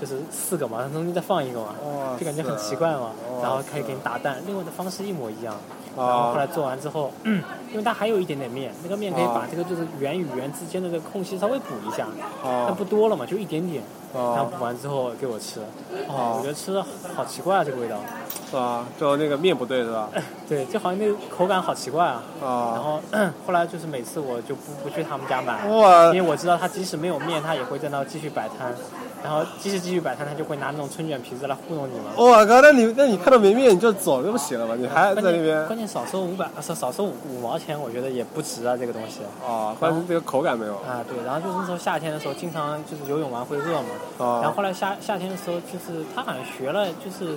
Speaker 1: 就是四个嘛，中间再放一个嘛
Speaker 2: 哇，
Speaker 1: 就感觉很
Speaker 2: 塞
Speaker 1: 奇怪嘛
Speaker 2: 哇。
Speaker 1: 然后可以给你打蛋，另外的方式一模一样。嗯然后后来
Speaker 2: 啊
Speaker 1: 做完之后，嗯因为它还有一点点面，那个面可以
Speaker 2: 啊
Speaker 1: 把这个就是圆与圆之间的这个空隙稍微补一下，但
Speaker 2: 啊
Speaker 1: 不多了嘛，就一点点。然后
Speaker 2: 啊
Speaker 1: 补完之后给我吃，
Speaker 2: 啊
Speaker 1: 哦，我觉得吃的好奇怪啊，这个味道。 <laughs>
Speaker 2: 是吧？啊就那个面不对是吧？
Speaker 1: 对，就好像那个口感好奇怪啊。然
Speaker 2: 啊，
Speaker 1: 后 <coughs> 后来就是每次我就不不去他们家买，
Speaker 2: 哇
Speaker 1: 因为我知道他即使没有面，他也会在那继续摆摊。然后即使继续摆摊，他就会拿那种春卷皮子来糊弄你嘛。
Speaker 2: 我靠！那你那你看到没面你就走就不行了吧？你还在
Speaker 1: 关
Speaker 2: 那
Speaker 1: 键
Speaker 2: 边
Speaker 1: 关键少收五百，少少收五五毛钱，我觉得也不值啊，这个东西。
Speaker 2: 啊？关键这个口感没有
Speaker 1: 啊，对，然后就是那时候夏天的时候，经常就是游泳完会饿嘛，然后
Speaker 2: 啊
Speaker 1: 后来夏夏天的时候，就是他好像学了就是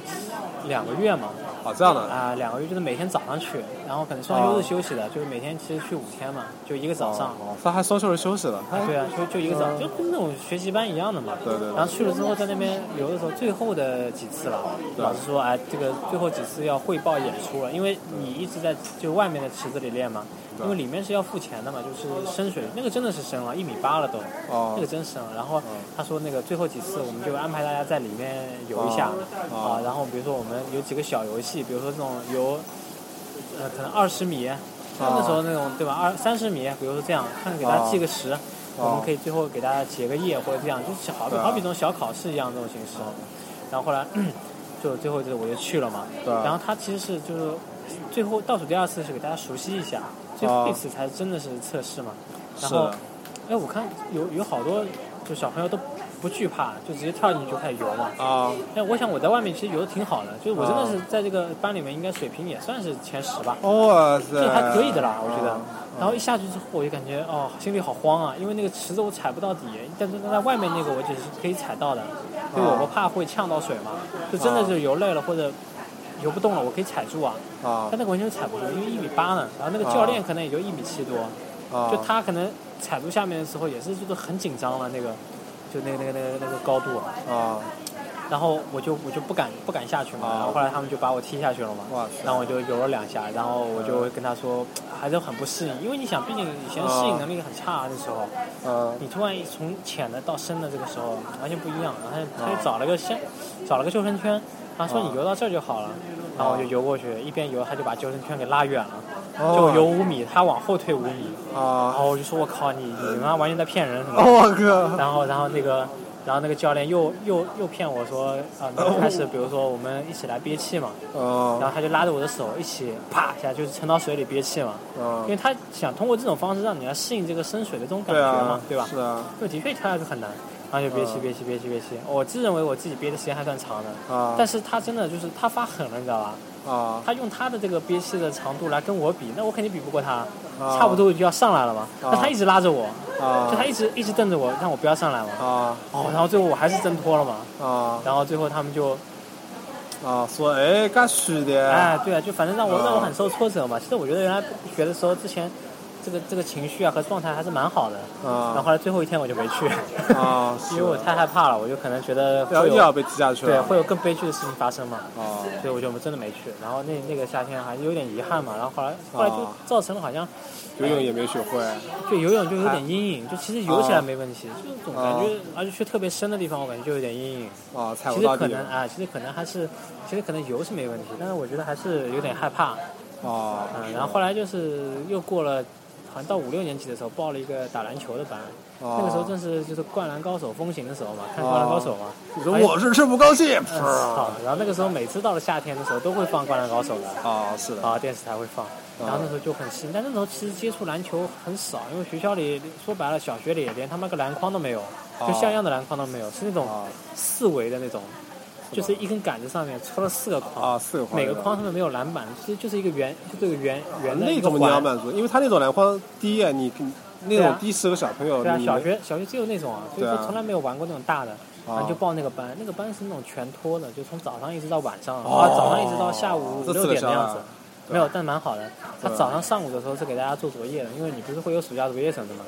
Speaker 1: 两个月嘛，
Speaker 2: 啊这样的
Speaker 1: 啊，两个月就是每天早上去，然后可能双休日休息的，就是每天其实去五天嘛，就一个早上。
Speaker 2: 哦，他还双休日休息了，他
Speaker 1: 对啊，就就一个早，就跟那种学习班一样的嘛。
Speaker 2: 嗯对对对
Speaker 1: 然后去了之后，在那边游的时候，最后的几次了，
Speaker 2: 对
Speaker 1: 老师说，哎，这个最后几次要汇报演出了，因为你一直在就外面的池子里练嘛，
Speaker 2: 对
Speaker 1: 因为里面是要付钱的嘛，就是深水，那个真的是深了，一米八了都，
Speaker 2: 哦
Speaker 1: 那个真深了。然后他说，那个最后几次我们就安排大家在里面游一下
Speaker 2: 哦
Speaker 1: 啊，然后比如说我们有几个小游戏，比如说这种游，呃，可能二十米。
Speaker 2: 哦
Speaker 1: 那时候那种对吧，二三十米，比如说这样，看给大家记个时，我们可以最后给大家结个业或者这样，就是好比
Speaker 2: 哦对啊哦
Speaker 1: 好比这种小考试一样这种形式。然后后来 <clears throat> 就最后就是我就去了嘛，
Speaker 2: 对啊
Speaker 1: 然后他其实是就是最后倒数第二次是给大家熟悉一下，最
Speaker 2: 哦
Speaker 1: 后一次才真的是测试嘛。然
Speaker 2: 是
Speaker 1: 后哎，我看有有好多就小朋友都不惧怕，就直接跳进去就开始游嘛。
Speaker 2: 啊
Speaker 1: 哎，我想我在外面其实游的挺好的，就是我真的是在这个班里面应该水平也算是前十吧。
Speaker 2: 哇塞，
Speaker 1: 这还可以的啦，我觉得
Speaker 2: 啊。
Speaker 1: 然后一下去之后，我就感觉哦，心里好慌啊，因为那个池子我踩不到底，但是在外面那个我只是可以踩到的，因为我不怕会呛到水嘛。就真的是游累了或者游不动了，我可以踩住啊。
Speaker 2: 啊
Speaker 1: 但那个完全踩不住，因为一米八呢，然后那个教练可能也就一米七多，
Speaker 2: 啊
Speaker 1: 就他可能踩住下面的时候也是就是很紧张了那个。就那个那个那个那个高度，
Speaker 2: 啊，
Speaker 1: 然后我就我就不敢不敢下去嘛，
Speaker 2: 啊
Speaker 1: 然后后来他们就把我踢下去了嘛
Speaker 2: 哇塞，
Speaker 1: 然后我就游了两下，然后我就跟他说还是很不适应，因为你想，毕竟以前适应能力很差、啊、那时候，
Speaker 2: 嗯
Speaker 1: 你突然从浅的到深的这个时候完全不一样，然后他就他就找了个先找了个救生圈，然后说
Speaker 2: 啊
Speaker 1: 你游到这儿就好了，然后我就游过去，一边游他就把救生圈给拉远了，
Speaker 2: 哦
Speaker 1: 就哦我游五米，他往后退五米，然
Speaker 2: 啊，哦
Speaker 1: 后我就说我靠你你妈完全在骗人什么的。
Speaker 2: 我靠，
Speaker 1: 然后然后那个，然后那个教练又又又骗我说啊，那个开始比如说我们一起来憋气嘛，然
Speaker 2: 哦
Speaker 1: 后他就拉着我的手一起啪一下就是沉到水里憋气嘛，因为
Speaker 2: 哦，
Speaker 1: 他想通过这种方式让你来适应这个深水的这种感
Speaker 2: 对
Speaker 1: 觉
Speaker 2: 啊
Speaker 1: 嘛，，对吧？
Speaker 2: 是啊，
Speaker 1: 就的确跳下去很难，然后就憋气
Speaker 2: 嗯
Speaker 1: 憋气憋气憋气，我自认为我自己憋的时间还算长的。
Speaker 2: 啊，
Speaker 1: 但是他真的就是他发狠了，你知道吧？
Speaker 2: 啊，
Speaker 1: 他用他的这个憋气的长度来跟我比，那我肯定比不过他，
Speaker 2: 啊
Speaker 1: 差不多就要上来了嘛。
Speaker 2: 啊
Speaker 1: 但他一直拉着我，
Speaker 2: 啊，
Speaker 1: 就他一直一直瞪着我，让我不要上来嘛。
Speaker 2: 啊
Speaker 1: 哦，然后最后我还是挣脱了嘛，
Speaker 2: 啊
Speaker 1: 然后最后他们就，
Speaker 2: 啊，说哎，干虚的，
Speaker 1: 哎，对啊，就反正让我
Speaker 2: 啊
Speaker 1: 让我很受挫折嘛。其实我觉得原来学的时候，之前这个这个情绪啊和状态还是蛮好的。然后
Speaker 2: 啊
Speaker 1: 后来最后一天我就没去， <laughs>
Speaker 2: 啊，是
Speaker 1: 因为我太害怕了，我就可能觉得
Speaker 2: 然后
Speaker 1: 会
Speaker 2: 啊又要
Speaker 1: 有
Speaker 2: 被踢下去
Speaker 1: 对
Speaker 2: 了，
Speaker 1: 会有更悲剧的事情发生嘛，
Speaker 2: 啊
Speaker 1: 所以我就真的没去。然后那那个夏天还有点遗憾嘛，然后后来后来就造成了好像
Speaker 2: 游泳也没学会，啊
Speaker 1: 对游泳就有点阴影，就其实游起来没问题，就是总感觉而且去特别深的地方，我感觉就有点阴影。
Speaker 2: 啊，踩
Speaker 1: 其
Speaker 2: 不
Speaker 1: 实
Speaker 2: 到
Speaker 1: 可
Speaker 2: 地
Speaker 1: 能啊，其实可能还是，其实可能游是没问题，但是我觉得还是有点害怕。
Speaker 2: 啊
Speaker 1: 嗯，然后后来就是又过了，好像到五六年级的时候报了一个打篮球的班，
Speaker 2: 哦
Speaker 1: 那个时候正是就是《灌篮高手》风行的时候嘛，看《灌篮高手》嘛。
Speaker 2: 你说我是吃不高兴，
Speaker 1: 嗯好，然后那个时候每次到了夏天的时候都会放《灌篮高手》的，
Speaker 2: 啊，是的，
Speaker 1: 啊，电视台会放。然后那时候就很新，但那时候其实接触篮球很少，因为学校里说白了，小学里连他妈个篮筐都没有，
Speaker 2: 哦
Speaker 1: 就像样的篮筐都没有，是那种
Speaker 2: 啊
Speaker 1: 四维的那种，就是一根杆子上面戳了四个框，
Speaker 2: 啊，四个框，
Speaker 1: 每个框上面没有篮板，其实就是一个圆，就是个圆圆的一
Speaker 2: 哦那
Speaker 1: 个
Speaker 2: 种你要
Speaker 1: 环。
Speaker 2: 满足，因为他那种篮筐，第一眼你那
Speaker 1: 对
Speaker 2: 种
Speaker 1: 啊
Speaker 2: 低适合小朋友，
Speaker 1: 对啊，
Speaker 2: 你
Speaker 1: 小学小学只有那种啊，所以
Speaker 2: 对啊
Speaker 1: 说从来没有玩过那种大的，然
Speaker 2: 啊
Speaker 1: 后就报那个班，那个班是那种全托的，就从早上一直到晚上，
Speaker 2: 哦
Speaker 1: 啊，早上一直到下午五
Speaker 2: 这
Speaker 1: 六
Speaker 2: 四个
Speaker 1: 点的
Speaker 2: 小
Speaker 1: 样
Speaker 2: 孩
Speaker 1: 子
Speaker 2: 儿。对
Speaker 1: 没有，但蛮好的。他
Speaker 2: 啊对啊
Speaker 1: 早上上午的时候是给大家做作业的，因为你不是会有暑假作业什么的吗？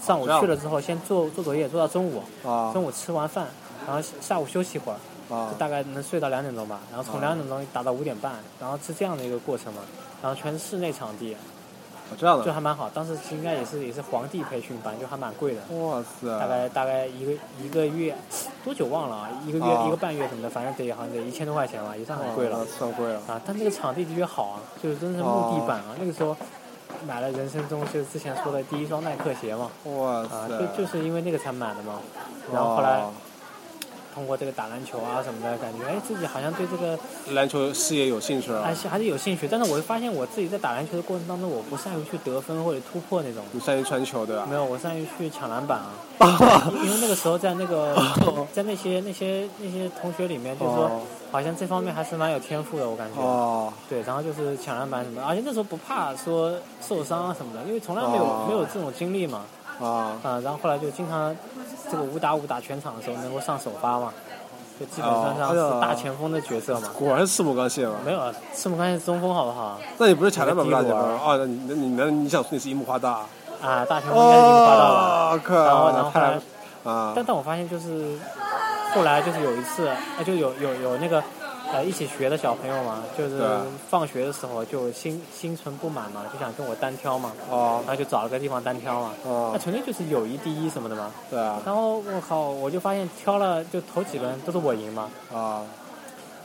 Speaker 1: 上午
Speaker 2: 这样
Speaker 1: 去了之后，先做做作业，做到中午，
Speaker 2: 啊
Speaker 1: 中午吃完饭，然后下午休息一会儿，
Speaker 2: 啊
Speaker 1: 就大概能睡到两点钟吧，然后从
Speaker 2: 啊
Speaker 1: 两点钟打到五点半，然后是这样的一个过程嘛，然后全是室内场
Speaker 2: 嗯
Speaker 1: 地，
Speaker 2: 哦这样
Speaker 1: 就
Speaker 2: 的，
Speaker 1: 还蛮好。当时应该也是也是皇帝培训班，就还蛮贵的，
Speaker 2: 哇塞，
Speaker 1: 大概大概一个一个月多久忘了啊，一个月、
Speaker 2: 啊
Speaker 1: 一个半月什么的，反正得好像得一千多块钱吧，也算很贵了
Speaker 2: 啊算贵了，
Speaker 1: 啊。但这个场地的确好啊，就是真的是木地板啊，那个时候。买了人生中就是之前说的第一双耐克鞋嘛，
Speaker 2: 哇
Speaker 1: 啊，
Speaker 2: 塞，
Speaker 1: 就就是因为那个才买的嘛。然后后来
Speaker 2: 哦
Speaker 1: 通过这个打篮球啊什么的，感觉哎自己好像对这个
Speaker 2: 篮球事业有兴趣了
Speaker 1: 还，是还是有兴趣，但是我会发现我自己在打篮球的过程当中，我不善于去得分或者突破那种，
Speaker 2: 你善于传球对吧？
Speaker 1: 没有，我善于去抢篮板啊，因为那个时候在那个在那些那些那些同学里面，就是说
Speaker 2: 哦
Speaker 1: 好像这方面还是蛮有天赋的，我感觉。
Speaker 2: <laughs> 哦
Speaker 1: 对，然后就是抢篮板什么的，而且那时候不怕说受伤啊什么的，因为从来没有、
Speaker 2: 哦
Speaker 1: 没有这种经历嘛，
Speaker 2: 啊
Speaker 1: 啊、然后后来就经常这个五打五打全场的时候能够上首发嘛，就基本上上
Speaker 2: 哦哎
Speaker 1: 是
Speaker 2: 呀
Speaker 1: 大前锋的角色嘛。
Speaker 2: 果然是赤木刚宪嘛，
Speaker 1: 没有啊，赤木刚宪是中锋好不好？
Speaker 2: 那你不是抢篮板不大姐
Speaker 1: 我
Speaker 2: 吗？
Speaker 1: 的帝
Speaker 2: 哦，那你那你那你想说你是樱木花道啊？
Speaker 1: 啊，大前锋应该已经滑到了。
Speaker 2: 哦靠！
Speaker 1: 然后然后后来
Speaker 2: 太啊
Speaker 1: 但但我发现就是，后来就是有一次，啊，就有有有那个，呃，一起学的小朋友嘛，就是
Speaker 2: 对啊
Speaker 1: 放学的时候就心心存不满嘛，就想跟我单挑嘛，
Speaker 2: 哦
Speaker 1: 然后就找了个地方单挑嘛，那
Speaker 2: 哦，
Speaker 1: 纯粹就是友谊第一什么的嘛。
Speaker 2: 对啊
Speaker 1: 然后我靠，我就发现挑了就头几轮都是我赢嘛，
Speaker 2: 啊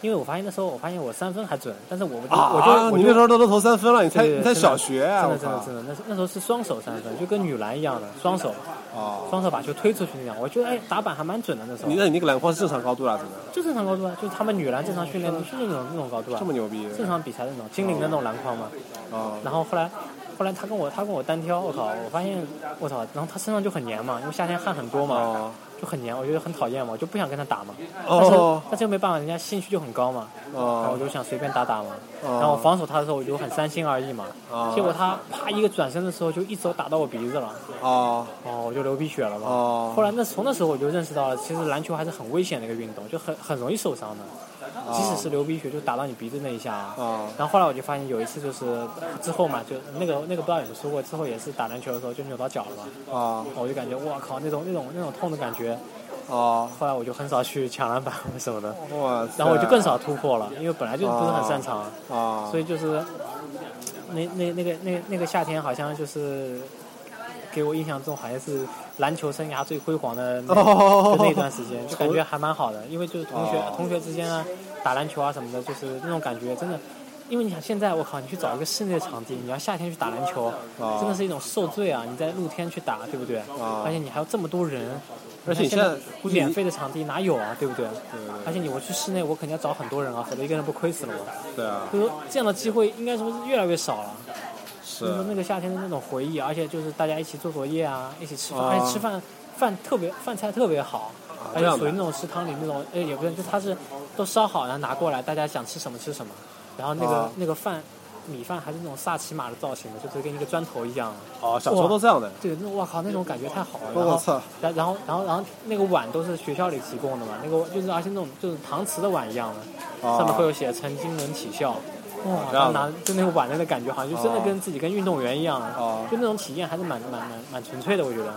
Speaker 1: 因为我发现那时候我发现我三分还准，但是我就、
Speaker 2: 啊！
Speaker 1: 我就我
Speaker 2: 你
Speaker 1: 就
Speaker 2: 那时候都能投三分了，你才
Speaker 1: 对对对
Speaker 2: 你才
Speaker 1: 真的
Speaker 2: 小学啊！
Speaker 1: 真
Speaker 2: 我
Speaker 1: 的真的
Speaker 2: 靠
Speaker 1: 真的，那是那时候是双手三分，就跟女篮一样的双手，
Speaker 2: 啊！
Speaker 1: 双手把球推出去那样。我觉得哎，打板还蛮准的那时候
Speaker 2: 你。那你那个篮筐是正常高度啦，怎么
Speaker 1: 就正常高度啊，就是他们女篮正常训练都是那种那种高度啊
Speaker 2: 嗯这，么牛逼
Speaker 1: 正常比赛的那种精灵的那种篮筐嘛。
Speaker 2: 啊？
Speaker 1: 然后后来，后来他跟我他跟我单挑，我靠，我发现我操，然后他身上就很黏嘛，因为夏天汗很多嘛，
Speaker 2: 哦
Speaker 1: 就很黏，我觉得很讨厌嘛，我就不想跟他打嘛。但是
Speaker 2: 哦
Speaker 1: 但是又没办法，人家兴趣就很高嘛，然后我
Speaker 2: 哦
Speaker 1: 就想随便打打嘛。
Speaker 2: 哦
Speaker 1: 然后我防守他的时候，我就很三心二意嘛。
Speaker 2: 哦
Speaker 1: 结果他啪一个转身的时候，就一手打到我鼻子了，
Speaker 2: 哦
Speaker 1: 哦，我就流鼻血了嘛。
Speaker 2: 哦！
Speaker 1: 后来那从那时候我就认识到了，其实篮球还是很危险的一个运动，就很很容易受伤的，即使是流鼻血，就打到你鼻子那一下啊。
Speaker 2: 啊
Speaker 1: 然后后来我就发现有一次就是呃之后嘛，就那个那个不知道有没有说过，之后也是打篮球的时候就扭到脚了嘛，
Speaker 2: 啊
Speaker 1: 我就感觉哇靠，那种那种那种痛的感觉，
Speaker 2: 哦，
Speaker 1: 后来我就很少去抢篮板什么的，
Speaker 2: 哇塞！
Speaker 1: 然后我就更少突破了，因为本来就不是很擅长，
Speaker 2: 啊，
Speaker 1: 所以就是那那那个那那个夏天好像就是给我印象中好像是篮球生涯最辉煌的那、
Speaker 2: 哦
Speaker 1: 就那段时间，就感觉还蛮好的，因为就是同学、
Speaker 2: 哦
Speaker 1: 同学之间啊打篮球啊什么的，就是那种感觉真的。因为你想现在我靠，你去找一个室内的场地，你要夏天去打篮球，
Speaker 2: 哦
Speaker 1: 真的是一种受罪啊！你在露天去打，对不对？
Speaker 2: 哦
Speaker 1: 而且你还有这么多人，
Speaker 2: 而且你
Speaker 1: 现
Speaker 2: 现在估计
Speaker 1: 免费的场地哪有啊，对不对？
Speaker 2: 对
Speaker 1: 而且你我去室内，我肯定要找很多人啊，否则一个人不亏死了我。
Speaker 2: 对啊，
Speaker 1: 所以说这样的机会应该说是越来越少了。
Speaker 2: 是
Speaker 1: 就是那个夏天的那种回忆，而且就是大家一起做作业啊，一起吃饭，
Speaker 2: 啊
Speaker 1: 而且吃饭饭特别饭菜特别好，而
Speaker 2: 这
Speaker 1: 且
Speaker 2: 样
Speaker 1: 属于
Speaker 2: 的
Speaker 1: 那种食堂里那种，哎也不是，就它是都烧好然后拿过来，大家想吃什么吃什么，然后那个、
Speaker 2: 啊
Speaker 1: 那个饭米饭还是那种萨其马的造型的，就是跟一个砖头一样。
Speaker 2: 哦，小时候都这样的，
Speaker 1: 对，那我靠，那种感觉太好了。然
Speaker 2: 我
Speaker 1: 后
Speaker 2: 操，
Speaker 1: 然然后然后然后那个碗都是学校里提供的嘛，那个就是而且那种就是搪瓷的碗一样的，
Speaker 2: 哦
Speaker 1: 上面会有写“曾经能起效”。哇，
Speaker 2: 这
Speaker 1: 然后
Speaker 2: 样的
Speaker 1: 拿就那个碗的那感觉，好像就真的
Speaker 2: 哦
Speaker 1: 跟自己跟运动员一样，啊
Speaker 2: 哦
Speaker 1: 就那种体验还是蛮蛮蛮蛮纯粹的，我觉得。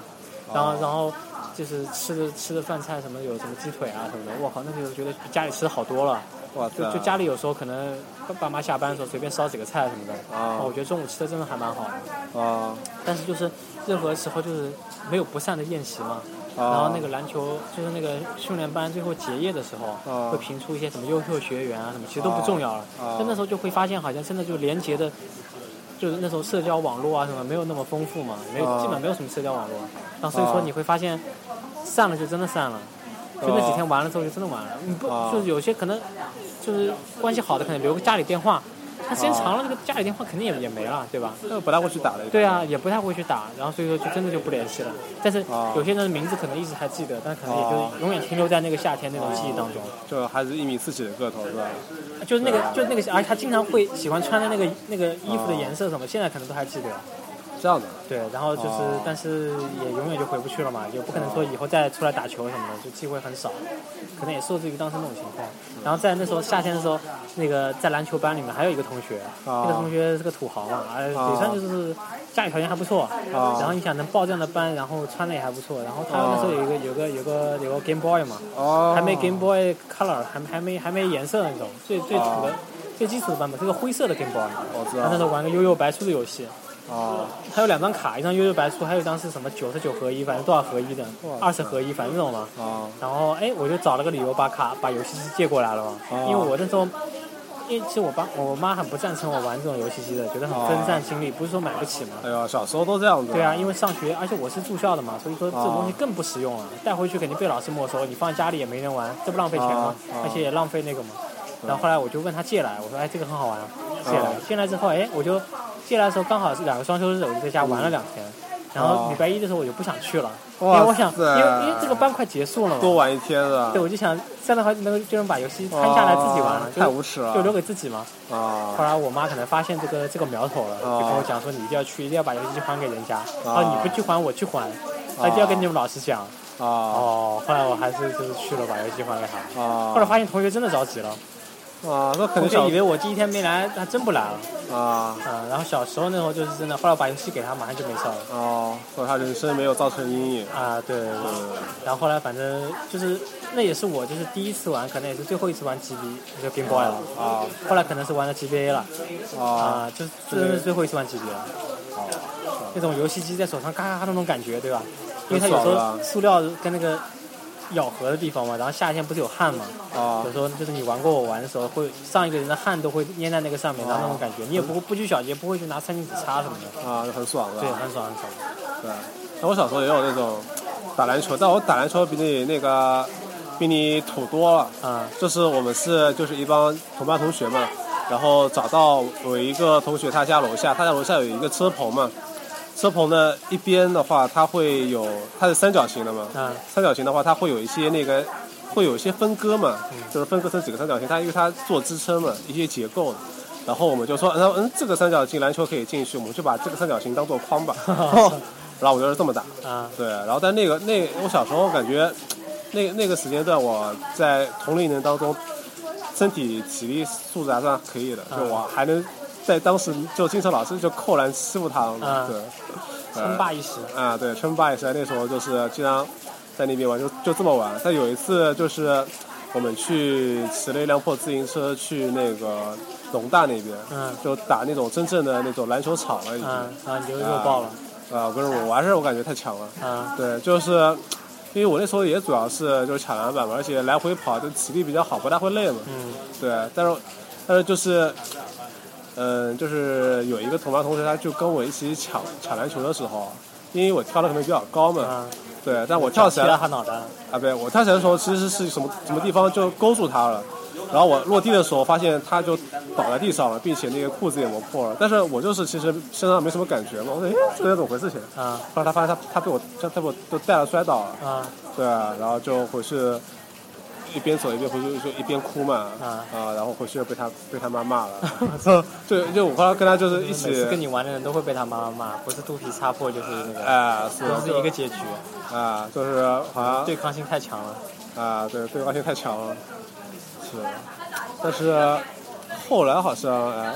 Speaker 1: 然后然后就是吃的吃的饭菜什么有什么鸡腿啊什么的，我靠，那个我觉得比家里吃的好多了。
Speaker 2: 哇
Speaker 1: 就
Speaker 2: 塞，
Speaker 1: 就家里有时候可能爸妈下班的时候随便烧几个菜什么的，
Speaker 2: 哦
Speaker 1: 我觉得中午吃的真的还蛮好的。
Speaker 2: 啊
Speaker 1: 但是就是任何时候就是没有不散的宴席嘛。
Speaker 2: 啊，
Speaker 1: 然后那个篮球就是那个训练班最后结业的时候，
Speaker 2: 啊
Speaker 1: 会评出一些什么优秀学员啊什么，其实都不重要了。
Speaker 2: 啊
Speaker 1: 但那时候就会发现，好像真的就连接的，就是那时候社交网络啊什么没有那么丰富嘛，没有、
Speaker 2: 啊
Speaker 1: 基本没有什么社交网络。然后所以说
Speaker 2: 啊
Speaker 1: 你会发现，散了就真的散了。就那几天玩了之后就真的完了，你不、
Speaker 2: 啊
Speaker 1: 就是有些可能就是关系好的可能留个家里电话，那时间
Speaker 2: 啊
Speaker 1: 长了这个家里电话肯定也也没了，对吧？
Speaker 2: 那本来我去打了一个，
Speaker 1: 对啊，也不太会去打，然后所以说就真的就不联系了。但是
Speaker 2: 啊
Speaker 1: 有些人的名字可能一直还记得，但可能也
Speaker 2: 啊
Speaker 1: 就永远停留在那个夏天那种记忆当中。
Speaker 2: 就还是一米四几的个头是吧？
Speaker 1: 就是那个
Speaker 2: 啊，
Speaker 1: 就是那个，而且他经常会喜欢穿的那个那个衣服的颜色什么，现在可能都还记得。
Speaker 2: 这样的，
Speaker 1: 对，然后就是
Speaker 2: 啊，
Speaker 1: 但是也永远就回不去了嘛，也不可能说以后再出来打球什么的，就机会很少。可能也受制于当时那种情况。然后在那时候夏天的时候，那个在篮球班里面还有一个同学，
Speaker 2: 啊
Speaker 1: 那个同学是个土豪嘛，呃，
Speaker 2: 啊
Speaker 1: 也算就是家里条件还不错。
Speaker 2: 哦
Speaker 1: 然后你想能报这样的班，然后穿的也还不错，然后他那时候有一个有个有个有个 Game Boy 嘛，
Speaker 2: 哦，
Speaker 1: 还没 Game Boy Color，还还没还没颜色那种，最最土的
Speaker 2: 啊
Speaker 1: 最基础的版本是个灰色的 Game Boy。
Speaker 2: 我知
Speaker 1: 他那时
Speaker 2: 道，
Speaker 1: 候玩个悠悠白书的游戏，
Speaker 2: 啊，
Speaker 1: 他有两张卡，一张悠悠白书，还有一张是什么九十九合一，反正多少合一的，
Speaker 2: 哇
Speaker 1: 二十合一，反正那种嘛。
Speaker 2: 啊，
Speaker 1: 然后哎，我就找了个理由把卡把游戏机借过来了嘛，
Speaker 2: 哦
Speaker 1: 因为我那时候，因为其实我爸我妈很不赞成我玩这种游戏机的，觉得
Speaker 2: 哦
Speaker 1: 很分散精力，不是说买不起嘛。
Speaker 2: 哎呦，小时候都这样子，
Speaker 1: 对啊，因为上学，而且我是住校的嘛，所以说这种
Speaker 2: 哦
Speaker 1: 东西更不实用了，带回去肯定被老师没收，你放在家里也没人玩，这不浪费钱吗？
Speaker 2: 哦哦
Speaker 1: 而且也浪费那个嘛。然后后来我就问他借来，我说哎这个很好玩，借来
Speaker 2: 哦，
Speaker 1: 借来之后哎我就借来的时候刚好是两个双休日，我就在家玩了两天。然后
Speaker 2: 哦
Speaker 1: 礼拜一的时候我就不想去了，因
Speaker 2: 哇
Speaker 1: 为我想，因
Speaker 2: 塞
Speaker 1: 为因为这个班快结束了嘛，
Speaker 2: 多玩一天啊了
Speaker 1: 对，，我就想这样的话，能就能把游戏摊下来自己玩了
Speaker 2: 啊，
Speaker 1: 就
Speaker 2: 太无耻了，
Speaker 1: 就留给自己嘛。后
Speaker 2: 啊
Speaker 1: 来我妈可能发现这个这个苗头了，就跟我讲说你一定要去，一定要把游戏机还给人家。然后你不去还，我去还，她一定要跟你们老师讲。
Speaker 2: 啊
Speaker 1: 哦，后来我还是就是去了，把游戏机还给他。
Speaker 2: 啊，
Speaker 1: 后来发现同学真的着急了，
Speaker 2: 啊，那肯
Speaker 1: 哦同
Speaker 2: 定
Speaker 1: 学
Speaker 2: 小
Speaker 1: 以为我第一天没来，还真不来了。
Speaker 2: 啊
Speaker 1: 嗯，然后小时候那时候就是真的，后来我把游戏给他，马上就没事了。
Speaker 2: 哦，所以他人生没有造成阴影，
Speaker 1: 啊，对，对对
Speaker 2: 嗯
Speaker 1: 然后后来反正就是，那也是我就是第一次玩，可能也是最后一次玩 GB 就 Game Boy 了。
Speaker 2: 啊
Speaker 1: 后来可能是玩了 GBA 了，
Speaker 2: 啊
Speaker 1: 啊，哦就是真的是最后一次玩 GBA 了。那种游戏机在手上嘎嘎嘎那种感觉，对吧？因为它有时
Speaker 2: 很爽
Speaker 1: 候
Speaker 2: 的
Speaker 1: 塑料跟那个咬合的地方嘛，然后夏天不是有汗嘛，
Speaker 2: 啊
Speaker 1: 有时候就是你玩过我玩的时候，会上一个人的汗都会粘在那个上面，然后那种感觉，你也不会不拘小节，不会去拿餐巾纸擦什么的，
Speaker 2: 啊，很爽的，
Speaker 1: 对，很爽很爽。
Speaker 2: 对，那我小时候也有那种打篮球，但我打篮球比你那个比你土多了。
Speaker 1: 啊
Speaker 2: 就是我们是就是一帮同班同学嘛，然后找到有一个同学他家楼下，他家楼下有一个车棚嘛，车棚的一边的话，它会有它是三角形的嘛，
Speaker 1: 啊
Speaker 2: 三角形的话，它会有一些那个会有一些分割嘛，就是分割成几个三角形，它因为它做支撑嘛，一些结构的。然后我们就说，嗯嗯，这个三角形篮球可以进去，我们就把这个三角形当做框吧。哦然后我就是这么打，
Speaker 1: 啊
Speaker 2: 对，然后但那个那我小时候感觉，那那个时间段我在同龄人当中，身体体力素质还算可以的，就
Speaker 1: 嗯
Speaker 2: 我还能在当时就经常老师就扣篮欺负他
Speaker 1: 嗯
Speaker 2: 们，对，
Speaker 1: 称霸一时
Speaker 2: 啊啊，对，称霸也是在那时候就是经常在那边玩，就就这么玩。但有一次就是我们去骑了一辆破自行车去那个农大那边，
Speaker 1: 嗯
Speaker 2: 就打那种真正的那种篮球场了已经。
Speaker 1: 嗯，然后你就弱爆了，
Speaker 2: 啊，不是我，我还是我感觉太强了。
Speaker 1: 嗯
Speaker 2: 对，就是因为我那时候也主要是就是抢篮板嘛，而且来回跑，就体力比较好，不大会累嘛。
Speaker 1: 嗯
Speaker 2: 对，但是但是就是，嗯、就是有一个同班同学，他就跟我一起抢抢篮球的时候，因为我跳的可能比较高嘛，
Speaker 1: 嗯，
Speaker 2: 对，但我跳起来
Speaker 1: 踢到
Speaker 2: 了
Speaker 1: 他脑袋了，
Speaker 2: 啊，不对，我跳起来的时候其实是什么什么地方就勾住他了。然后我落地的时候，发现他就倒在地上了，并且那个裤子也磨破了。但是我就是其实身上没什么感觉嘛，我说，哎，这人怎么回事情？
Speaker 1: 嗯
Speaker 2: 后来他发现他他被我他他被我都带了摔倒了，
Speaker 1: 嗯
Speaker 2: 对，啊然后就回去一边走一边回去就一边哭嘛，
Speaker 1: 啊
Speaker 2: 啊、然后回去被他被他妈
Speaker 1: <laughs>
Speaker 2: 骂了，就就我后来跟他就是一起
Speaker 1: 每，次跟你玩的人都会被他妈妈骂，不是肚皮擦破就是那个，
Speaker 2: 哎、是
Speaker 1: 都是一个结局，
Speaker 2: 啊、就是好像
Speaker 1: 对抗性太强了。
Speaker 2: 啊、对对抗性太强了，是，但是后来好像哎，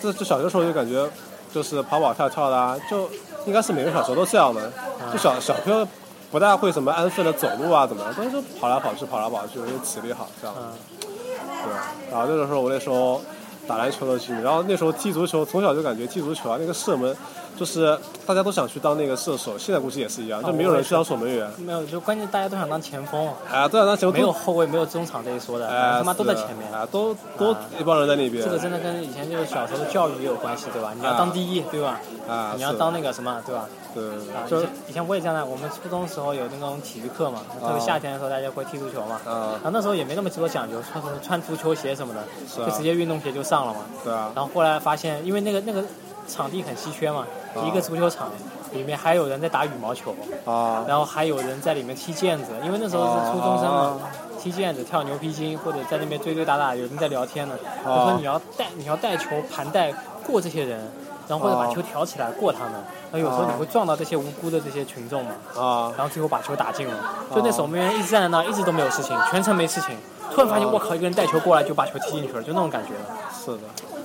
Speaker 2: 这这小学时候就感觉就是跑跑跳跳的、啊，就应该是每个小时候都这样的，
Speaker 1: 啊
Speaker 2: 就小小朋友不大会什么安分的走路啊怎么样，都是跑来跑去跑来跑去，又体力好这样。
Speaker 1: 嗯
Speaker 2: 对，然后那个时候我那时候打篮球的经历，然后那时候踢足球，从小就感觉踢足球啊，那个射门就是大家都想去当那个射手，现在估计也是一样，就没有人去当守门员。
Speaker 1: 没有，就关键大家都想当前锋，
Speaker 2: 啊，对啊，当时我都
Speaker 1: 没有后卫，没有中场这一说的，
Speaker 2: 哎，
Speaker 1: 他妈都
Speaker 2: 是
Speaker 1: 在
Speaker 2: 的
Speaker 1: 前面。
Speaker 2: 啊，都都
Speaker 1: 啊
Speaker 2: 一帮人在那边
Speaker 1: 这个真的跟以前就是小时候的教育也有关系，对吧？你要当第一，对吧？
Speaker 2: 啊，
Speaker 1: 你要
Speaker 2: 是的
Speaker 1: 当那个什么，对吧？
Speaker 2: 对
Speaker 1: 啊，以
Speaker 2: 就
Speaker 1: 前以前我也这样的，我们初中的时候有那种体育课嘛，特别夏天的时候大家会踢足球嘛，
Speaker 2: 啊
Speaker 1: 然，后那时候也没那么多讲究，穿穿足球鞋什么的，
Speaker 2: 是
Speaker 1: 就
Speaker 2: 啊
Speaker 1: 直，接运动鞋就上了嘛。
Speaker 2: 对啊
Speaker 1: 然，后后来发现，因为那个那个场地很稀缺嘛，
Speaker 2: 啊
Speaker 1: 一个足球场里面还有人在打羽毛球，
Speaker 2: 啊，
Speaker 1: 然后还有人在里面踢毽子，因为那时候是初中生嘛
Speaker 2: 啊，
Speaker 1: 踢毽子、跳牛皮筋，或者在那边追追打打，有人在聊天呢。我
Speaker 2: 啊
Speaker 1: 说你要带你要带球盘带过这些人，然后或者把
Speaker 2: 啊
Speaker 1: 球挑起来过他们，然后有时候你会撞到这些无辜的这些群众嘛，
Speaker 2: 啊，
Speaker 1: 然后最后把球打进了。就那守门员一直站在那，一直都没有事情，全程没事情。突然发现，
Speaker 2: 啊
Speaker 1: 我靠！一个人带球过来就把球踢进去了，就那种感觉了。
Speaker 2: 是的，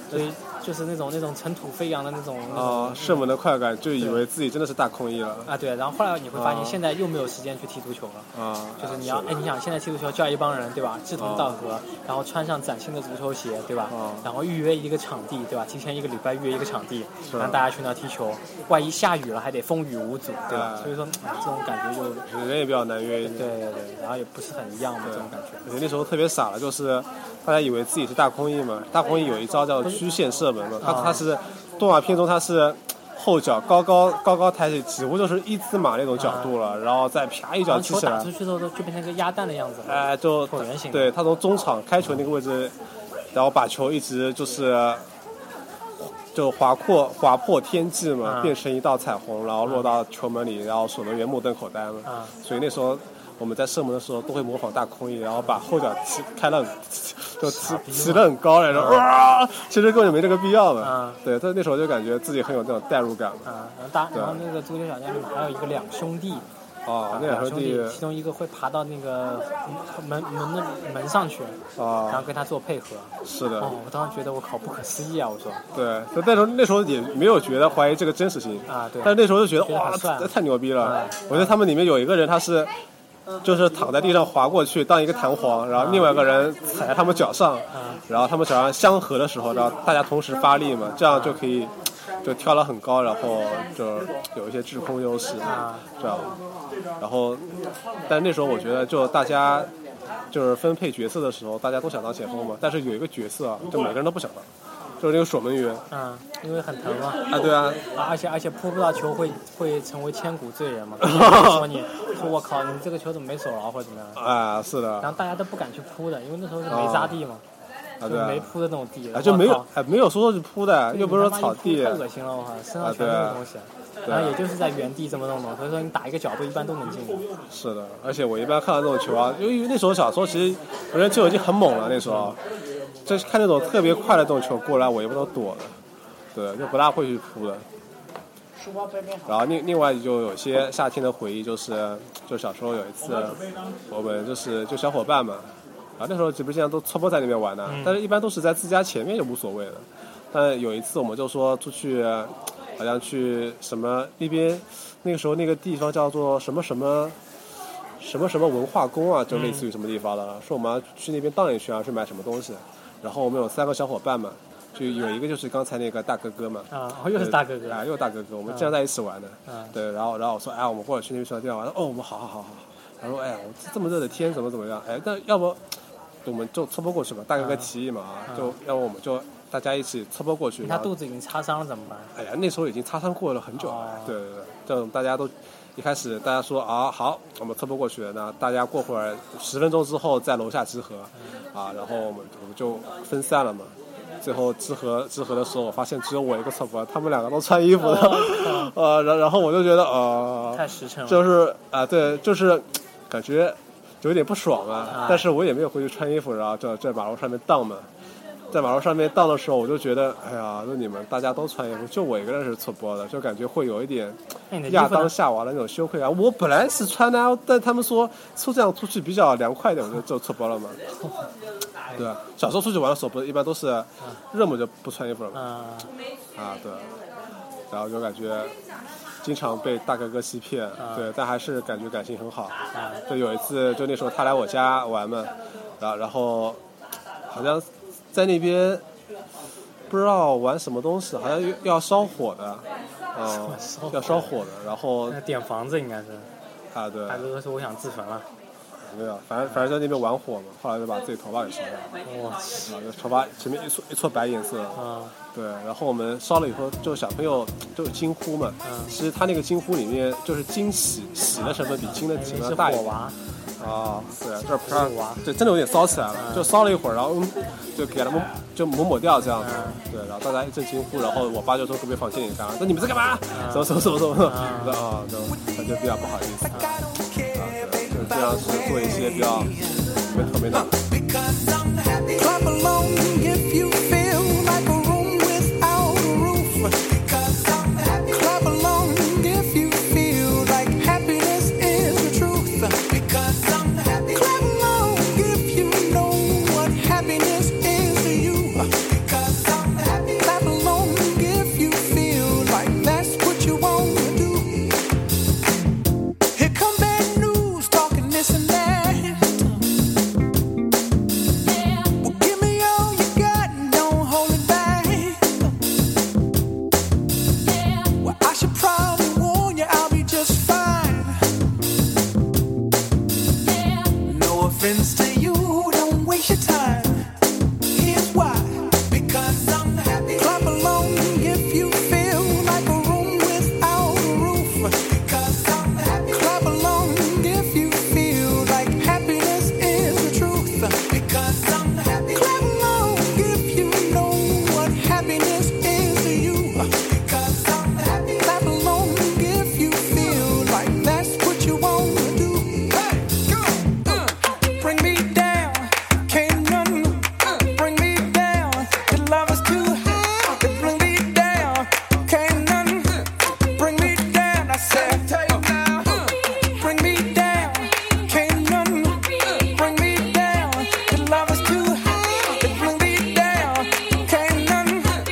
Speaker 1: 所以就是那种那种尘土飞扬的那种那种
Speaker 2: 啊，射门的快感，就以为自己真的是大空翼了
Speaker 1: 啊，对。然后后来你会发现，
Speaker 2: 啊
Speaker 1: 现在又没有时间去踢足球了。
Speaker 2: 啊，
Speaker 1: 就是你要，哎，你想现在踢足球叫一帮人，对吧？志同道合，然后穿上崭新的足球鞋，对吧
Speaker 2: 哦？
Speaker 1: 然后预约一个场地，对吧？提前一个礼拜预约一个场地，
Speaker 2: 是啊
Speaker 1: 让大家去那踢球。万一下雨了，还得风雨无阻，对吧？
Speaker 2: 哎
Speaker 1: 所以说哎这种感觉就，
Speaker 2: 人也比较难约一点
Speaker 1: 对。对对，然后也不是很一样嘛，这种感觉。
Speaker 2: 而且那时候特别傻了，就是大家以为自己是大空翼嘛，大空翼有一招叫曲线射门嘛，它
Speaker 1: 啊
Speaker 2: 它是动画片中它是后脚高高高高抬起，几乎就是一字马那种角度了，然后再啪一
Speaker 1: 然
Speaker 2: 脚
Speaker 1: 后
Speaker 2: 踢
Speaker 1: 球
Speaker 2: 起
Speaker 1: 打
Speaker 2: 来
Speaker 1: 出，去之后，都就变成一个鸭蛋的样子了。
Speaker 2: 啊哎、就
Speaker 1: 椭圆形
Speaker 2: 对他从中场开球那个位置，然后把球一直就是。就划破划破天际嘛，
Speaker 1: 啊
Speaker 2: 变成一道彩虹，然后落到球门里，然后守门员目瞪口呆嘛。
Speaker 1: 啊
Speaker 2: 所以那时候我们在射门的时候都会模仿大空翼，然后把后脚踢开了， <laughs> 就踢
Speaker 1: 啊
Speaker 2: 踢得很高，然后哇，其实根本就没这个必要嘛
Speaker 1: 啊。
Speaker 2: 对，但那时候就感觉自己很有那种代入感嘛。
Speaker 1: 啊，然后大，
Speaker 2: 对
Speaker 1: 然后那个足球小将里面还有一个两兄弟，
Speaker 2: 啊，那两
Speaker 1: 两
Speaker 2: 兄
Speaker 1: 兄弟
Speaker 2: 弟，
Speaker 1: 其中一个会爬到那个门门的门上去，然后
Speaker 2: 啊，
Speaker 1: 跟他做配合。
Speaker 2: 是的，
Speaker 1: 哦，我当时觉得我靠，不可思议啊！我说
Speaker 2: 对，就那时候那时候也没有觉得怀疑这个真实性，
Speaker 1: 啊，对，
Speaker 2: 但是那时候就觉得
Speaker 1: 觉得很
Speaker 2: 哇，
Speaker 1: 帅
Speaker 2: 这太牛逼了
Speaker 1: 嗯！
Speaker 2: 我觉得他们里面有一个人他是。就是躺在地上滑过去当一个弹簧，然后
Speaker 1: 嗯
Speaker 2: 另外一个人踩在他们脚上，然后他们脚上相合的时候，然后大家同时发力嘛，这样就可以
Speaker 1: 嗯
Speaker 2: 就跳得很高，然后就有一些制空优势，
Speaker 1: 啊
Speaker 2: 这样。然后，但那时候我觉得就大家就是分配角色的时候，大家都想当前锋嘛，但是有一个角色啊，就每个人都不想当，就是那个守门员
Speaker 1: 嗯，因为很疼嘛，
Speaker 2: 啊，对啊，
Speaker 1: 啊而且而且扑不到球会会成为千古罪
Speaker 2: <laughs>
Speaker 1: 人嘛。说你，说我靠，你这个球怎么没守牢或者怎么样？
Speaker 2: 啊，是的，
Speaker 1: 然后大家都不敢去扑的，因为那时候是没沙地嘛，
Speaker 2: 啊，
Speaker 1: 就
Speaker 2: 对啊
Speaker 1: 没铺的那种地，
Speaker 2: 啊，就没
Speaker 1: 我
Speaker 2: 有
Speaker 1: 靠，
Speaker 2: 哎，没有说是铺的，
Speaker 1: 对
Speaker 2: 又不是说草
Speaker 1: 你
Speaker 2: 地
Speaker 1: 他妈一扑太恶心了，我靠，身上全
Speaker 2: 啊对
Speaker 1: 都
Speaker 2: 啊
Speaker 1: 是东西。
Speaker 2: 对啊
Speaker 1: 然后也就是在原地这么弄弄，所以说你打一个角度一般都能进的。
Speaker 2: 是的。而且我一般看到这种球啊，因为那时候小时候其实我觉得球已经很猛了，那时候，就是看那种特别快的这种球过来，我一般都躲的，对，就不大会去扑的。然后另另外就有些夏天的回忆，就是就小时候有一次，我们就是就小伙伴嘛，然后那时候直播间都搓波在那边玩的，但是一般都是在自家前面就无所谓了。但有一次我们就说出去，好像去什么那边，那个时候那个地方叫做什么什么，什么什么文化宫啊，就类似于什么地方的，说我们要去那边荡一圈啊，去买什么东西。然后我们有三个小伙伴嘛，就有一个就是刚才那个大哥哥嘛，
Speaker 1: 啊， <laughs> 哦，又是大哥哥
Speaker 2: 对啊，又是大哥哥，我们经常在一起玩的。
Speaker 1: 嗯
Speaker 2: 对，然后然后我说，哎，我们过来去那边什么地方玩？哦，我们好好好好。他说，哎呀，我这么热的天，怎么怎么样？哎，那要不我们就凑合过去吧？大哥
Speaker 1: 嗯
Speaker 2: 哥提议嘛，啊，就要不我们就大家一起凑合过去。
Speaker 1: 他
Speaker 2: 然后
Speaker 1: 肚子已经擦伤了怎么办？
Speaker 2: 哎呀，那时候已经擦伤过了很久了。
Speaker 1: 哦
Speaker 2: 对对对，这种大家都一开始大家说啊好，我们特步过去，那大家过会儿十分钟之后在楼下集合，啊，然后我们我们就分散了嘛。最后集合集合的时候，我发现只有我一个侧博，他们两个都穿衣服的， <laughs> 呃，然然后我就觉得呃，
Speaker 1: 太实诚了。
Speaker 2: 就是啊、对，就是感觉有点不爽啊
Speaker 1: 啊。
Speaker 2: 但是我也没有回去穿衣服，然后在在马路上面荡嘛，在马路上面荡的时候，我就觉得，哎呀，那你们大家都穿衣服，就我一个人是错播的，就感觉会有一点
Speaker 1: 那哎你的
Speaker 2: 亚
Speaker 1: 衣服
Speaker 2: 当
Speaker 1: 呢？
Speaker 2: 夏娃的那种羞愧啊。我本来是穿的、啊，但他们说出这样出去比较凉快一点，我就就错播了
Speaker 1: <laughs>
Speaker 2: 嘛。对啊，小时候出去玩的时候，不是一般都是热么就不穿衣服了嘛？
Speaker 1: 嗯，
Speaker 2: 啊，对，然后就感觉经常被大哥哥欺骗，
Speaker 1: 啊
Speaker 2: 对，但还是感觉感情很好。就有一次，就那时候他来我家玩嘛，然后然后好像在那边不知道玩什么东西，好像又要烧火的，嗯、要烧火的，然后
Speaker 1: <laughs> 那点房子应该是。
Speaker 2: 啊，对，
Speaker 1: 大哥哥说我想自焚了。
Speaker 2: 没有，反正反正在那边玩火嘛，后来就把自己头发给烧了，
Speaker 1: 我去。
Speaker 2: 然后就头发前面一撮一撮白颜色，
Speaker 1: 嗯
Speaker 2: 对，然后我们烧了以后，就小朋友就惊呼嘛。
Speaker 1: 嗯
Speaker 2: 其实他那个惊呼里面就是惊喜，喜的成分比惊的
Speaker 1: 你
Speaker 2: 成
Speaker 1: 是
Speaker 2: 分大一
Speaker 1: 火
Speaker 2: 点。
Speaker 1: 娃，
Speaker 2: 啊，对，这不是
Speaker 1: 火娃
Speaker 2: 对，真的有点骚起来了，就烧了一会儿，然后嗯就给他们就抹抹掉这样子。
Speaker 1: 嗯
Speaker 2: 对，然后大家一阵惊呼，然后我爸就从隔壁房间里干，说你们在干嘛？
Speaker 1: 嗯
Speaker 2: 怎么怎么怎么怎么？我说啊，就感觉比较不好意思。啊，对，就是这样是做一些比较没头没脑。
Speaker 4: Uh, Because I'm happy. Clap along if you feel like a room without a roof. Because I'm happy. Clap along if you feel like happiness is the truth. Because I'm happy. Clap along if you know what happiness is to you. Because I'm happy. Clap along if you feel like that's what you want to do. Here come bad news talking this and that. Well, give me all you got and don't hold it back. Well, I should probably warn you I'll be just fine. No offense to you, don't waste your time. Here's why. Because I'm happy. Clap along if you feel like a room without a roof. Because I'm happy. Clap along if you feel like happiness is the truth. Because I'm happy. Clap along if you know what happiness is to you. Because I'm happy. Clap along if you feel like that's what you want to do. Hey, go. Uh. Bring me down, can't none uh, bring me down. The love is too high. They Bring me down, can't none uh, bring me down. I said, take now. uh, Bring me down, can't none uh, bring me down. The love is too high. They Bring me down, can't none uh,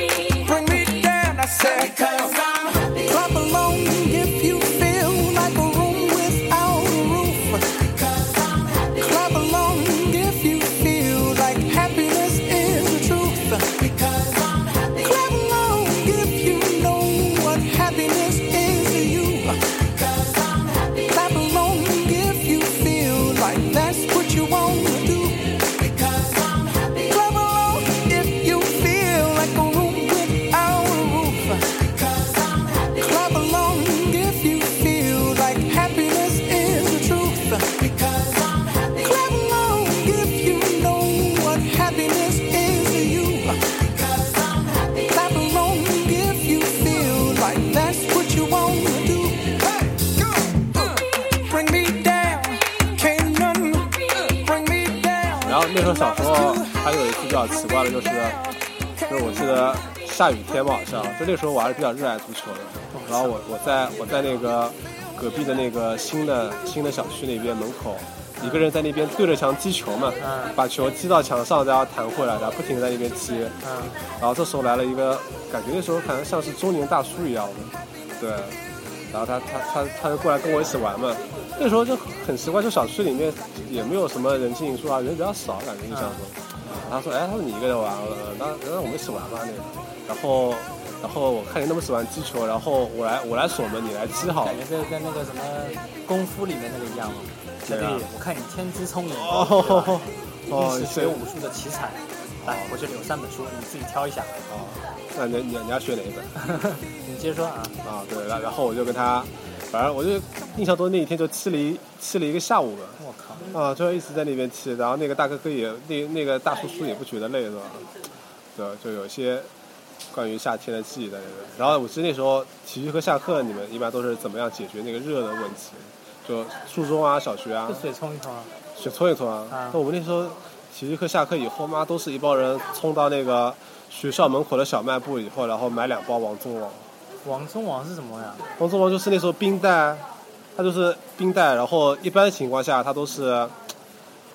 Speaker 4: bring me down. I said, cause I'm happy. Clap along if you feel like a room without a roof. Clap along if you feel like happiness is the truth. Because I'm happy. Clap along if you know what happiness is to you. Because I'm happy. Clap along if you feel like that's what you want to do. Because I'm happy. Clap along if you feel like a room without a roof. Because I'm happy. Clap along if you feel like happiness is the truth. Because I'm happy. Clap along if you know what happiness is to you. Because I'm happy. Clap along if you feel like that's what you want to do. Hey, go. Uh, bring me down. Can't none bring me down.
Speaker 2: <laughs> 然后那时候小时候还有一次比较奇怪的就是，就是我记得下雨天嘛，好像就那时候我还是比较热爱足球的。然后我我在我在那个隔壁的那个新的新的小区那边门口，一个人在那边对着墙击球嘛，把球击到墙上，然后弹回来，然后不停的在那边踢。
Speaker 1: 嗯，
Speaker 2: 然后这时候来了一个，感觉那时候好像像是中年大叔一样的，对。然后他他他他就过来跟我一起玩嘛，那时候就很奇怪，就小区里面也没有什么人进人数啊，人比较少，感觉印象中。然后他说，哎，他说你一个人玩，呃那那我们一起玩吧那个。然后，然后我看你那么喜欢击球，然后我来我来锁门，你来击好了
Speaker 1: 感。觉是跟那个什么功夫里面那个一样嘛。
Speaker 2: 对啊
Speaker 1: 我看你天资聪颖，啊
Speaker 2: 哦
Speaker 1: 一定
Speaker 2: 哦，
Speaker 1: 是
Speaker 2: 你
Speaker 1: 学
Speaker 2: 学
Speaker 1: 武术的奇才。来，我这里有三本书，你自己挑一下。 <laughs>
Speaker 2: 哦，那你你你要学哪一本？
Speaker 1: 你接着说啊。
Speaker 2: 啊，对，然然后我就跟他，反正我就印象中那一天就踢了一踢了一个下午吧，
Speaker 1: 我靠，
Speaker 2: 啊，就一直在那边踢，然后那个大哥哥也那那个大叔叔也不觉得累是吧？对，就有些关于夏天的记忆在那边。然后我记得那时候体育课下课，你们一般都是怎么样解决那个热的问题？就初中啊、小学啊
Speaker 1: 这，水冲一冲啊！
Speaker 2: 去搓一搓啊。
Speaker 1: 啊
Speaker 2: 那我们那时候体育课下课以后，妈都是一帮人冲到那个学校门口的小卖部以后，然后买两包王中王。
Speaker 1: 王中王是什么呀？
Speaker 2: 王中王就是那时候冰袋，它就是冰袋，然后一般情况下它都是，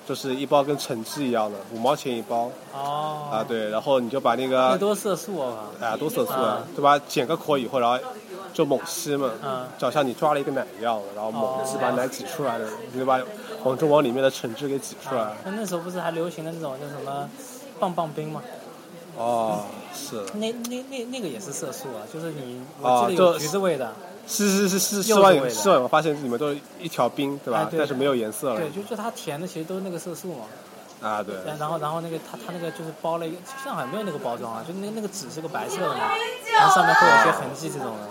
Speaker 2: 就是一包跟橙汁一样的，五毛钱一包
Speaker 1: 哦，
Speaker 2: 啊，对，然后你就把那
Speaker 1: 那
Speaker 2: 个
Speaker 1: 多色素啊！
Speaker 2: 啊多色素
Speaker 1: 啊
Speaker 2: 对吧？剪个口以后，然后就猛吸嘛，
Speaker 1: 嗯
Speaker 2: 就好像你抓了一个奶一样的，然后猛吸把奶挤出来的，你就把王中王里面的橙汁给挤出来
Speaker 1: 啊，那那时候不是还流行的那种叫什么棒棒冰吗？
Speaker 2: 哦，是。
Speaker 1: 那那那那个也是色素啊，就是你
Speaker 2: 啊
Speaker 1: 我记得有
Speaker 2: 就
Speaker 1: 橘子味的，
Speaker 2: 是是是是，
Speaker 1: 柚
Speaker 2: 吃
Speaker 1: 子
Speaker 2: 完
Speaker 1: 味
Speaker 2: 以后
Speaker 1: 的
Speaker 2: 吃完以后发现里面都是一条冰，对吧？
Speaker 1: 哎对
Speaker 2: 但是没有颜色了
Speaker 1: 对，就就它甜的其实都是那个色素嘛。
Speaker 2: 啊，对
Speaker 1: 然然后然后那个它它那个就是包了一个，上海没有那个包装啊，就那那个纸是个白色的嘛，然后上面会有一些痕迹这种的，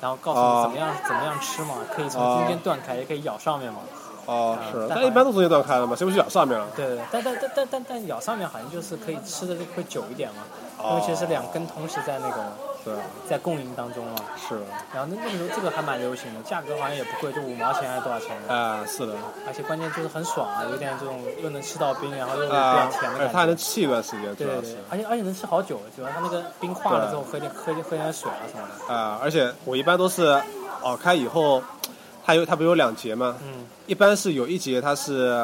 Speaker 1: 然后告诉你
Speaker 2: 哦
Speaker 1: 怎么样、怎么样吃嘛，可以从中间断开，也可以咬上面嘛。
Speaker 2: 哦
Speaker 1: 啊
Speaker 2: 是，
Speaker 1: 但
Speaker 2: 但一般都中间断开了嘛，谁会去咬上面了？
Speaker 1: 对对对，但但但但但但咬上面好像就是可以吃的会久一点嘛，因
Speaker 2: 哦
Speaker 1: 为其实是两根同时在那个
Speaker 2: 对，
Speaker 1: 在供应当中嘛。
Speaker 2: 是
Speaker 1: 然后那那个时候这个还蛮流行的，价格好像也不贵，就五毛钱还是多少钱的，
Speaker 2: 啊，是的
Speaker 1: 而且关键就是很爽啊，有点这种又能吃到冰，然后又有
Speaker 2: 啊
Speaker 1: 点，甜的
Speaker 2: 而
Speaker 1: 感
Speaker 2: 且
Speaker 1: 觉。
Speaker 2: 它还能吃一段时间，主
Speaker 1: 对对
Speaker 2: 要
Speaker 1: 对
Speaker 2: 是，
Speaker 1: 而且而且能吃好久，主要它那个冰化了
Speaker 2: 对
Speaker 1: 之后，喝点喝点喝点水啊什么的。
Speaker 2: 啊，而且我一般都是熬开以后，它有它不是有两节吗？
Speaker 1: 嗯，
Speaker 2: 一般是有一节它是。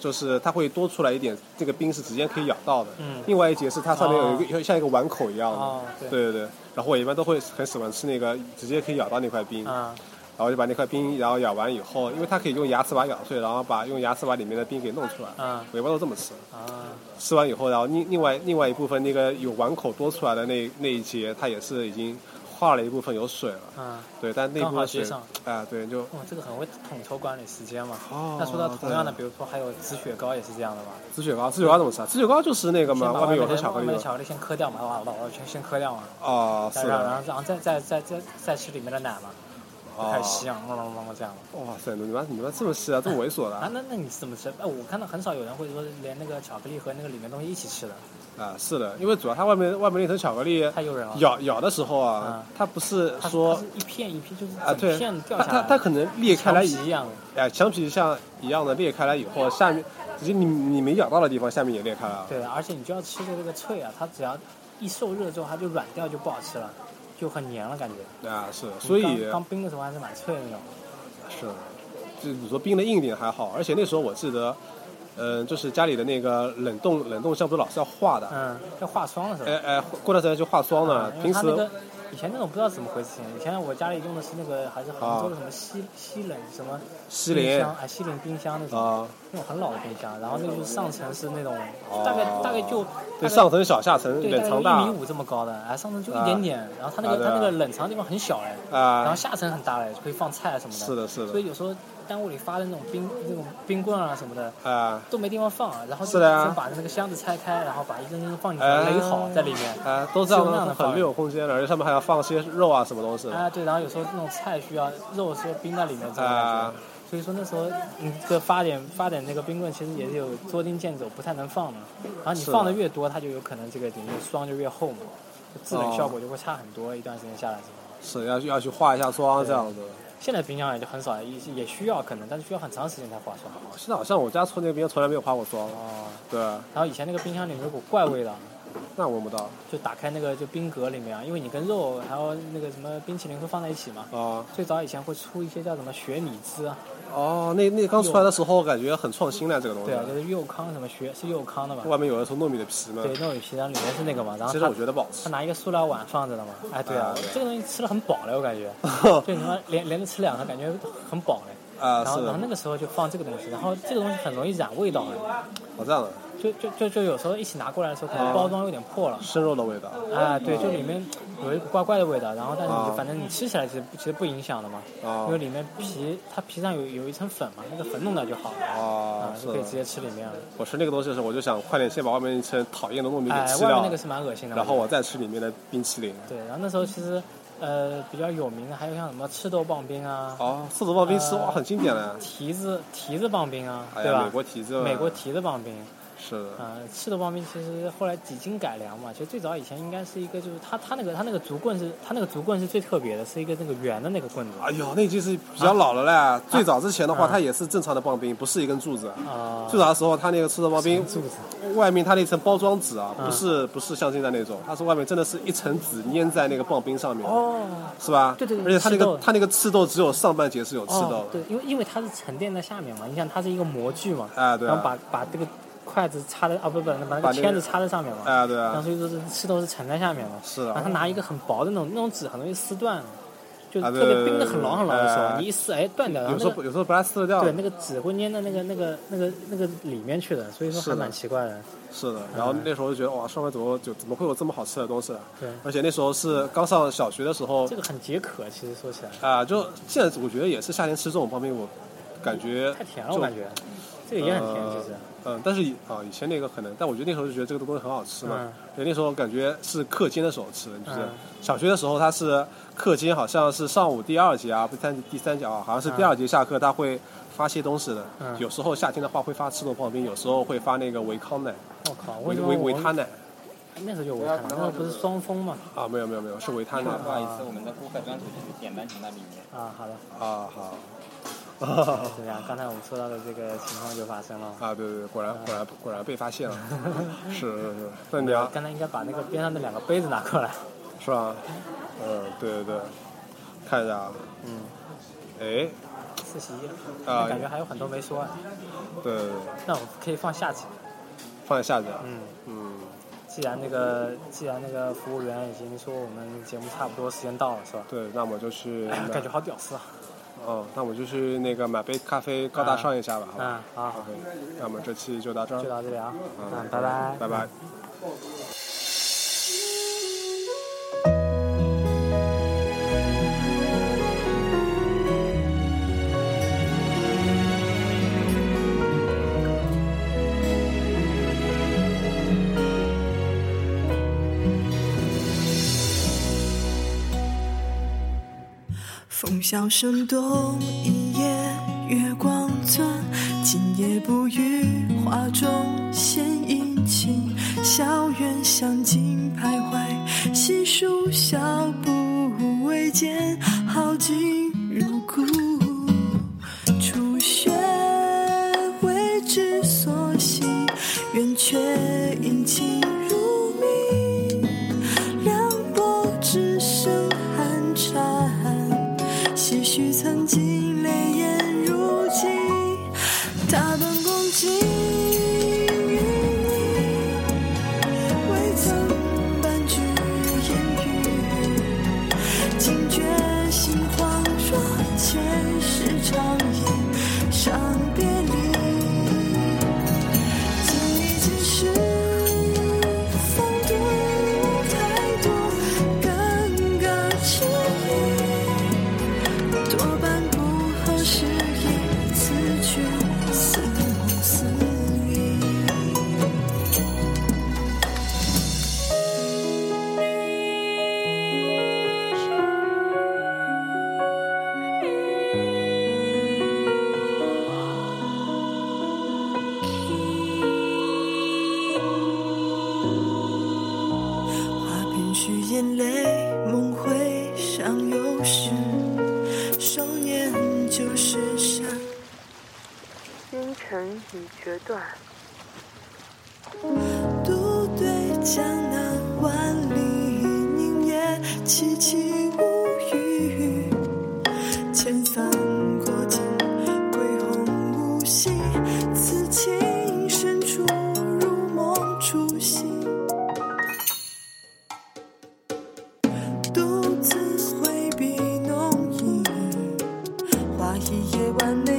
Speaker 2: 就是它会多出来一点，这个冰是直接可以咬到的。
Speaker 1: 嗯
Speaker 2: 另外一节是它上面有一个、像一个碗口一样的。
Speaker 1: 哦对
Speaker 2: 对对对。然后我一般都会很喜欢吃那个直接可以咬到那块冰。
Speaker 1: 啊，
Speaker 2: 然后就把那块冰，然后咬完以后，因为它可以用牙齿把它咬碎，然后把用牙齿把里面的冰给弄出来。
Speaker 1: 嗯
Speaker 2: 我一般都这么吃。
Speaker 1: 啊，
Speaker 2: 吃完以后，然后另另外另外一部分那个有碗口多出来的那那一节，它也是已经化了一部分有水了。
Speaker 1: 嗯
Speaker 2: 对，但那部
Speaker 1: 刚好
Speaker 2: 分
Speaker 1: 接
Speaker 2: 水
Speaker 1: 上
Speaker 2: 啊、对，就
Speaker 1: 哇，这个很会统筹管理时间嘛。
Speaker 2: 哦
Speaker 1: 那说到同样的，
Speaker 2: 对
Speaker 1: 比如说还有紫雪糕也是这样的嘛，
Speaker 2: 紫雪糕，紫雪糕怎么吃啊？紫雪糕就是那个
Speaker 1: 先
Speaker 2: 嘛，
Speaker 1: 把
Speaker 2: 外面有
Speaker 1: 的
Speaker 2: 层巧克
Speaker 1: 外
Speaker 2: 力
Speaker 1: 面
Speaker 2: 的
Speaker 1: 的巧克力先磕掉嘛，哇，老先先磕掉嘛，
Speaker 2: 啊，
Speaker 1: 然
Speaker 2: 是
Speaker 1: 后然后
Speaker 2: 的，
Speaker 1: 然后再再再再再吃里面的奶嘛，就
Speaker 2: 啊
Speaker 1: 开始，吸氧，嗡嗡嗡嗡这样嘛。
Speaker 2: 哇塞，你们你们这么吃啊，这么猥琐的
Speaker 1: 啊
Speaker 2: 啊，
Speaker 1: 那那你是怎么吃？哎，我看到很少有人会说连那个巧克力和那个里面东西一起吃的，
Speaker 2: 啊？是的，因为主要它外面外面那层巧克力
Speaker 1: 太诱人了。
Speaker 2: 咬咬的时候啊
Speaker 1: 嗯，
Speaker 2: 它不是
Speaker 1: 它是
Speaker 2: 说
Speaker 1: 它是一片一片，就是
Speaker 2: 啊，
Speaker 1: 整
Speaker 2: 对，
Speaker 1: 片掉
Speaker 2: 它
Speaker 1: 下来
Speaker 2: 它
Speaker 1: 了，
Speaker 2: 它可能裂开来以
Speaker 1: 墙皮一样。
Speaker 2: 哎，橡皮像一样的裂开来以后，下面直接你你没咬到的地方，下面也裂开了。啊
Speaker 1: 对，啊而且你就要吃的这个脆啊，它只要一受热之后，它就软掉，就不好吃了，就很黏了感觉。
Speaker 2: 啊，是，所以
Speaker 1: 刚刚冰的时候还是蛮脆的那种。
Speaker 2: 是，就你说冰的硬一点还好，而且那时候我记得，嗯、就是家里的那个冷冻冷冻箱不是老是要化的，
Speaker 1: 嗯，要化霜了是吧？
Speaker 2: 哎哎，过段时间就化霜了。
Speaker 1: 嗯因为
Speaker 2: 平
Speaker 1: 它
Speaker 2: 时、
Speaker 1: 那个以前那种不知道怎么回事，啊以前我家里用的是那个还是杭州的
Speaker 2: 啊
Speaker 1: 什么西西冷什么
Speaker 2: 西
Speaker 1: 冰
Speaker 2: 林
Speaker 1: 箱，哎西冷冰箱那种、
Speaker 2: 啊，
Speaker 1: 那种很老的冰箱，然后那就是上层是那种、
Speaker 2: 哦
Speaker 1: 大概大概就
Speaker 2: 对，
Speaker 1: 大概
Speaker 2: 上层小下层
Speaker 1: 对
Speaker 2: 冷藏
Speaker 1: 大概
Speaker 2: 大
Speaker 1: 一米五这么高的，哎上层就一
Speaker 2: 啊
Speaker 1: 点点，然后它那
Speaker 2: 啊
Speaker 1: 个
Speaker 2: 对
Speaker 1: 它那个
Speaker 2: 啊
Speaker 1: 冷藏的地方很小哎，然后
Speaker 2: 啊，
Speaker 1: 下层很大嘞，就可以放菜啊什么的。
Speaker 2: 是的是的
Speaker 1: 所以有时候单位里发的那种冰那种冰棍啊什么的
Speaker 2: 啊
Speaker 1: 都没地方放，然后就是
Speaker 2: 的啊
Speaker 1: 就把那个箱子拆开，然后把一根根放进去，
Speaker 2: 哎
Speaker 1: 垒好在里面。
Speaker 2: 啊，都这
Speaker 1: 是用那样
Speaker 2: 样
Speaker 1: 的
Speaker 2: 很
Speaker 1: 放
Speaker 2: 没有空间了，而且上面还要放些肉啊什么东西的。
Speaker 1: 啊，对，然后有时候那种菜需要肉是要冰在里面这种感觉
Speaker 2: 啊。
Speaker 1: 所以说那时候你这发点发点那个冰棍，其实也是有捉襟见肘，不太能放的。然后你
Speaker 2: 是的
Speaker 1: 放的越多，它就有可能这个里面霜就越厚嘛，就制
Speaker 2: 哦
Speaker 1: 冷效果就会差很多。一段时间下来之后。
Speaker 2: 是要去要去化一下妆这样子。
Speaker 1: 现在冰箱也就很少，也也需要可能，但是需要很长时间才化霜。
Speaker 2: 现在好像我家村那边从来没有化过妆，
Speaker 1: 哦，
Speaker 2: 对，
Speaker 1: 然后以前那个冰箱里面有股怪味道，
Speaker 2: 那闻不到
Speaker 1: 就打开那个就冰格里面啊，因为你跟肉还有那个什么冰淇淋会放在一起嘛。
Speaker 2: 啊。
Speaker 1: 最早以前会出一些叫什么雪米汁啊，
Speaker 2: 哦，那那刚出来的时候感觉很创新呢，这个东西。
Speaker 1: 对啊，就是佑康什么雪是佑康的嘛，
Speaker 2: 外面有一层糯米的皮嘛
Speaker 1: 对，。糯米皮，然后里面是那个嘛，然后
Speaker 2: 其实
Speaker 1: 他
Speaker 2: 我觉得不好吃
Speaker 1: 他。拿一个塑料碗放着的嘛，哎，对啊
Speaker 2: 啊对， <laughs>
Speaker 1: 这个东西吃的很饱了，我感觉，就你妈连连着吃两个，感觉很饱嘞，
Speaker 2: 啊
Speaker 1: 然后
Speaker 2: 是
Speaker 1: 然后
Speaker 2: 的
Speaker 1: 那个时候就放这个东西，然后这个东西很容易染味道的，
Speaker 2: 好这样的，
Speaker 1: 就就就就有时候一起拿过来的时候，
Speaker 2: 啊
Speaker 1: 可能包装有点破了。
Speaker 2: 生肉的味道。
Speaker 1: 啊，对，就里面有一股怪怪的味道，然后但是
Speaker 2: 啊
Speaker 1: 你反正你吃起来其实不其实不影响的嘛，
Speaker 2: 啊
Speaker 1: 因为里面皮它皮上有有一层粉嘛，那个粉弄掉就好了，
Speaker 2: 啊
Speaker 1: 啊，
Speaker 2: 是
Speaker 1: 就可以直接
Speaker 2: 的。
Speaker 1: 吃里面了。
Speaker 2: 我吃那个东西的时候，我就想快点先把外面一层讨厌的糯米
Speaker 1: 哎
Speaker 2: 给，吃
Speaker 1: 外面
Speaker 2: 掉
Speaker 1: 那个，是蛮恶心的嘛。
Speaker 2: 然后我再吃里面的冰淇淋。
Speaker 1: 对，然后那时候其实呃比较有名的还有像什么赤豆棒冰啊、
Speaker 2: 哦，四子刨冰丝
Speaker 1: 呃
Speaker 2: 哇，很经典啊的。
Speaker 1: 提子提子棒冰啊，
Speaker 2: 哎
Speaker 1: 对
Speaker 2: 呀，
Speaker 1: 吧？
Speaker 2: 美国提子，
Speaker 1: 美国提子棒冰，
Speaker 2: 是的，
Speaker 1: 呃，赤豆棒冰其实后来几经改良嘛，其实最早以前应该是一个就是它它那个它那个竹棍是它那个竹棍是最特别的，是一个那个圆的那个棍子。
Speaker 2: 哎呦，那已经是比较老了嘞。最早之前的话，
Speaker 1: 啊
Speaker 2: 它也是正常的棒冰，不是一根柱子。
Speaker 1: 啊，
Speaker 2: 最早的时候，它那个吃的刨冰
Speaker 1: 柱子
Speaker 2: 外面它那层包装纸啊，
Speaker 1: 嗯
Speaker 2: 不是不是像现在那种，它是外面真的是一层纸粘在那个棒冰上面，
Speaker 1: 哦
Speaker 2: 是吧？
Speaker 1: 对对对
Speaker 2: 而且它那
Speaker 1: 赤豆
Speaker 2: 个它那个赤豆只有上半截是有赤
Speaker 1: 哦
Speaker 2: 豆，的
Speaker 1: 对，，因为因为它是沉淀在下面嘛，你想它是一个模具嘛，
Speaker 2: 啊对啊
Speaker 1: 然后把把这个筷子插在啊不不，把那
Speaker 2: 把
Speaker 1: 个
Speaker 2: 那个
Speaker 1: 签子插在上面嘛，
Speaker 2: 哎对
Speaker 1: 然后
Speaker 2: 啊，
Speaker 1: 所以说这吃都是沉在下面嘛。
Speaker 2: 是啊
Speaker 1: 然后他拿一个很薄的那种那种纸，很容易撕断，就
Speaker 2: 啊
Speaker 1: 特
Speaker 2: 对
Speaker 1: 别冰的很牢很牢的时
Speaker 2: 哎
Speaker 1: 候，你一撕哎断掉，然后
Speaker 2: 有时
Speaker 1: 那
Speaker 2: 候
Speaker 1: 个
Speaker 2: 有时候把它撕掉
Speaker 1: 对，那个纸会粘到那个那个那个那个里面去的，所以说
Speaker 2: 是的
Speaker 1: 还蛮奇怪的。
Speaker 2: 是的，然后那时候就觉得哇，上面怎么就怎么会有这么好吃的东西啊？
Speaker 1: 嗯对
Speaker 2: 而且那时候是刚上小学的时候
Speaker 1: 这个很解渴，其实说起来
Speaker 2: 啊，就现在我觉得也是夏天吃这种棒冰，我感觉
Speaker 1: 太甜了，我
Speaker 2: 就呃
Speaker 1: 感觉这个也很甜，其实。
Speaker 2: 嗯，但是以啊，以前那个可能，但我觉得那时候就觉得这个东西很好吃嘛
Speaker 1: 嗯。
Speaker 2: 对，那时候感觉是课间的时候吃的，就是
Speaker 1: 嗯
Speaker 2: 小学的时候，它是课间好像是上午第二节啊，不是三第三节啊，好像是第二节下课，它会发些东西的。
Speaker 1: 嗯
Speaker 2: 有时候夏天的话会发赤豆刨冰，有时候会发那个维康奶、
Speaker 1: 我靠，为
Speaker 2: 维
Speaker 1: 什么
Speaker 2: 维维
Speaker 1: 我
Speaker 2: 他奶
Speaker 1: 那时候就维他奶，那时候不是双峰嘛？
Speaker 2: 啊，没有没有没有，是维他奶
Speaker 5: 不好意思，我们的顾客专属就是点单群那里面。
Speaker 1: 啊，好的，
Speaker 2: 啊，好。
Speaker 1: 怎么样？啊刚才我们说到的这个情况就发生了。
Speaker 2: <laughs> 啊，对对对，果然果然果然被发现了，是是是，那你要
Speaker 1: 刚才应该把那个边上的两个杯子拿过来。 <laughs>
Speaker 2: 是吧？嗯，对对对，看一下啊，嗯，哎，
Speaker 1: 四十一，
Speaker 2: 啊
Speaker 1: 那感觉还有很多没说啊。
Speaker 2: 对对对，
Speaker 1: 那我们可以放下集。
Speaker 2: 放在下集啊，
Speaker 1: 嗯，
Speaker 2: 嗯，
Speaker 1: 既然那个既然那个服务员已经说我们节目差不多时间到了，是吧？
Speaker 2: 对，那我们
Speaker 1: <laughs>
Speaker 2: 就去
Speaker 1: 哎呀
Speaker 2: 买，
Speaker 1: 感觉好屌丝啊！
Speaker 2: 嗯，那我们就去那个买杯咖啡高大上一下吧，好吧
Speaker 1: 嗯，好，好
Speaker 2: OK，那我们这期就到这
Speaker 1: 就
Speaker 2: 儿，
Speaker 1: 到这里啊，嗯，拜拜。
Speaker 2: 拜拜。
Speaker 6: 风萧声动，一夜月光钻，今夜不语，花中现殷勤，校园巷径徘徊，细数小步，未见好景如故。初雪为之所系，远却阴晴如谜。凉薄只剩寒蝉，唏嘘曾经，泪眼如镜。大半恭敬于你，未曾半句言语。惊觉心慌若前世长夜伤别离，经历尽是风度太多，干戈迟疑，多半不合时宜，此去似梦似离。花片许眼泪，梦回上有时，少年就是傻。
Speaker 7: 今晨已决断。
Speaker 6: 独对江南万里，凝夜凄凄无语。千帆过尽，归鸿无息。此情深处，如梦初醒。独自回避浓影，花一夜晚内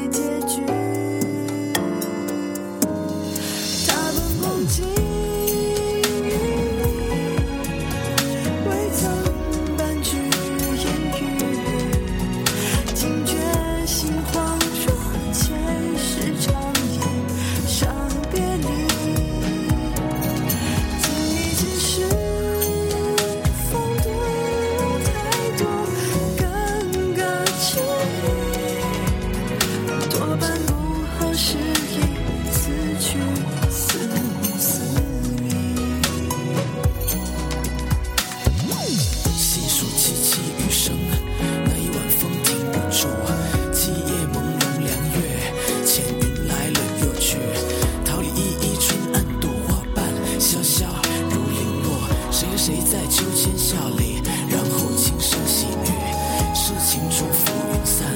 Speaker 8: 啊先下泪，然后轻声细语，事情重复云散，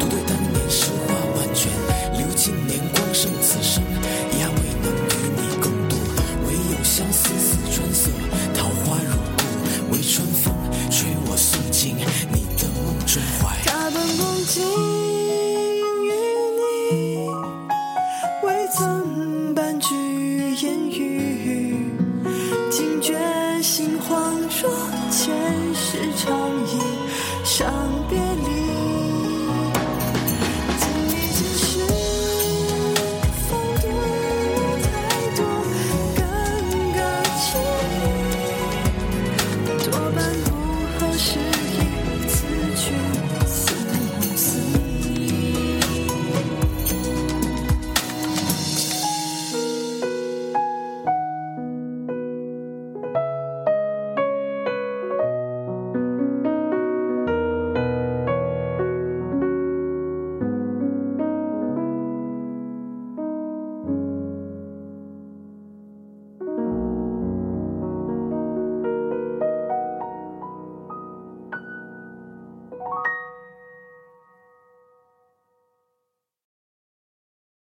Speaker 8: 独对当年诗画万卷，流尽年光剩此生，也未能与你共度，唯有相思似春色，桃花如故，为春风吹我送进你的梦中怀。
Speaker 4: 他本梦境与你，未曾半句言语，惊觉心慌若前世长忆。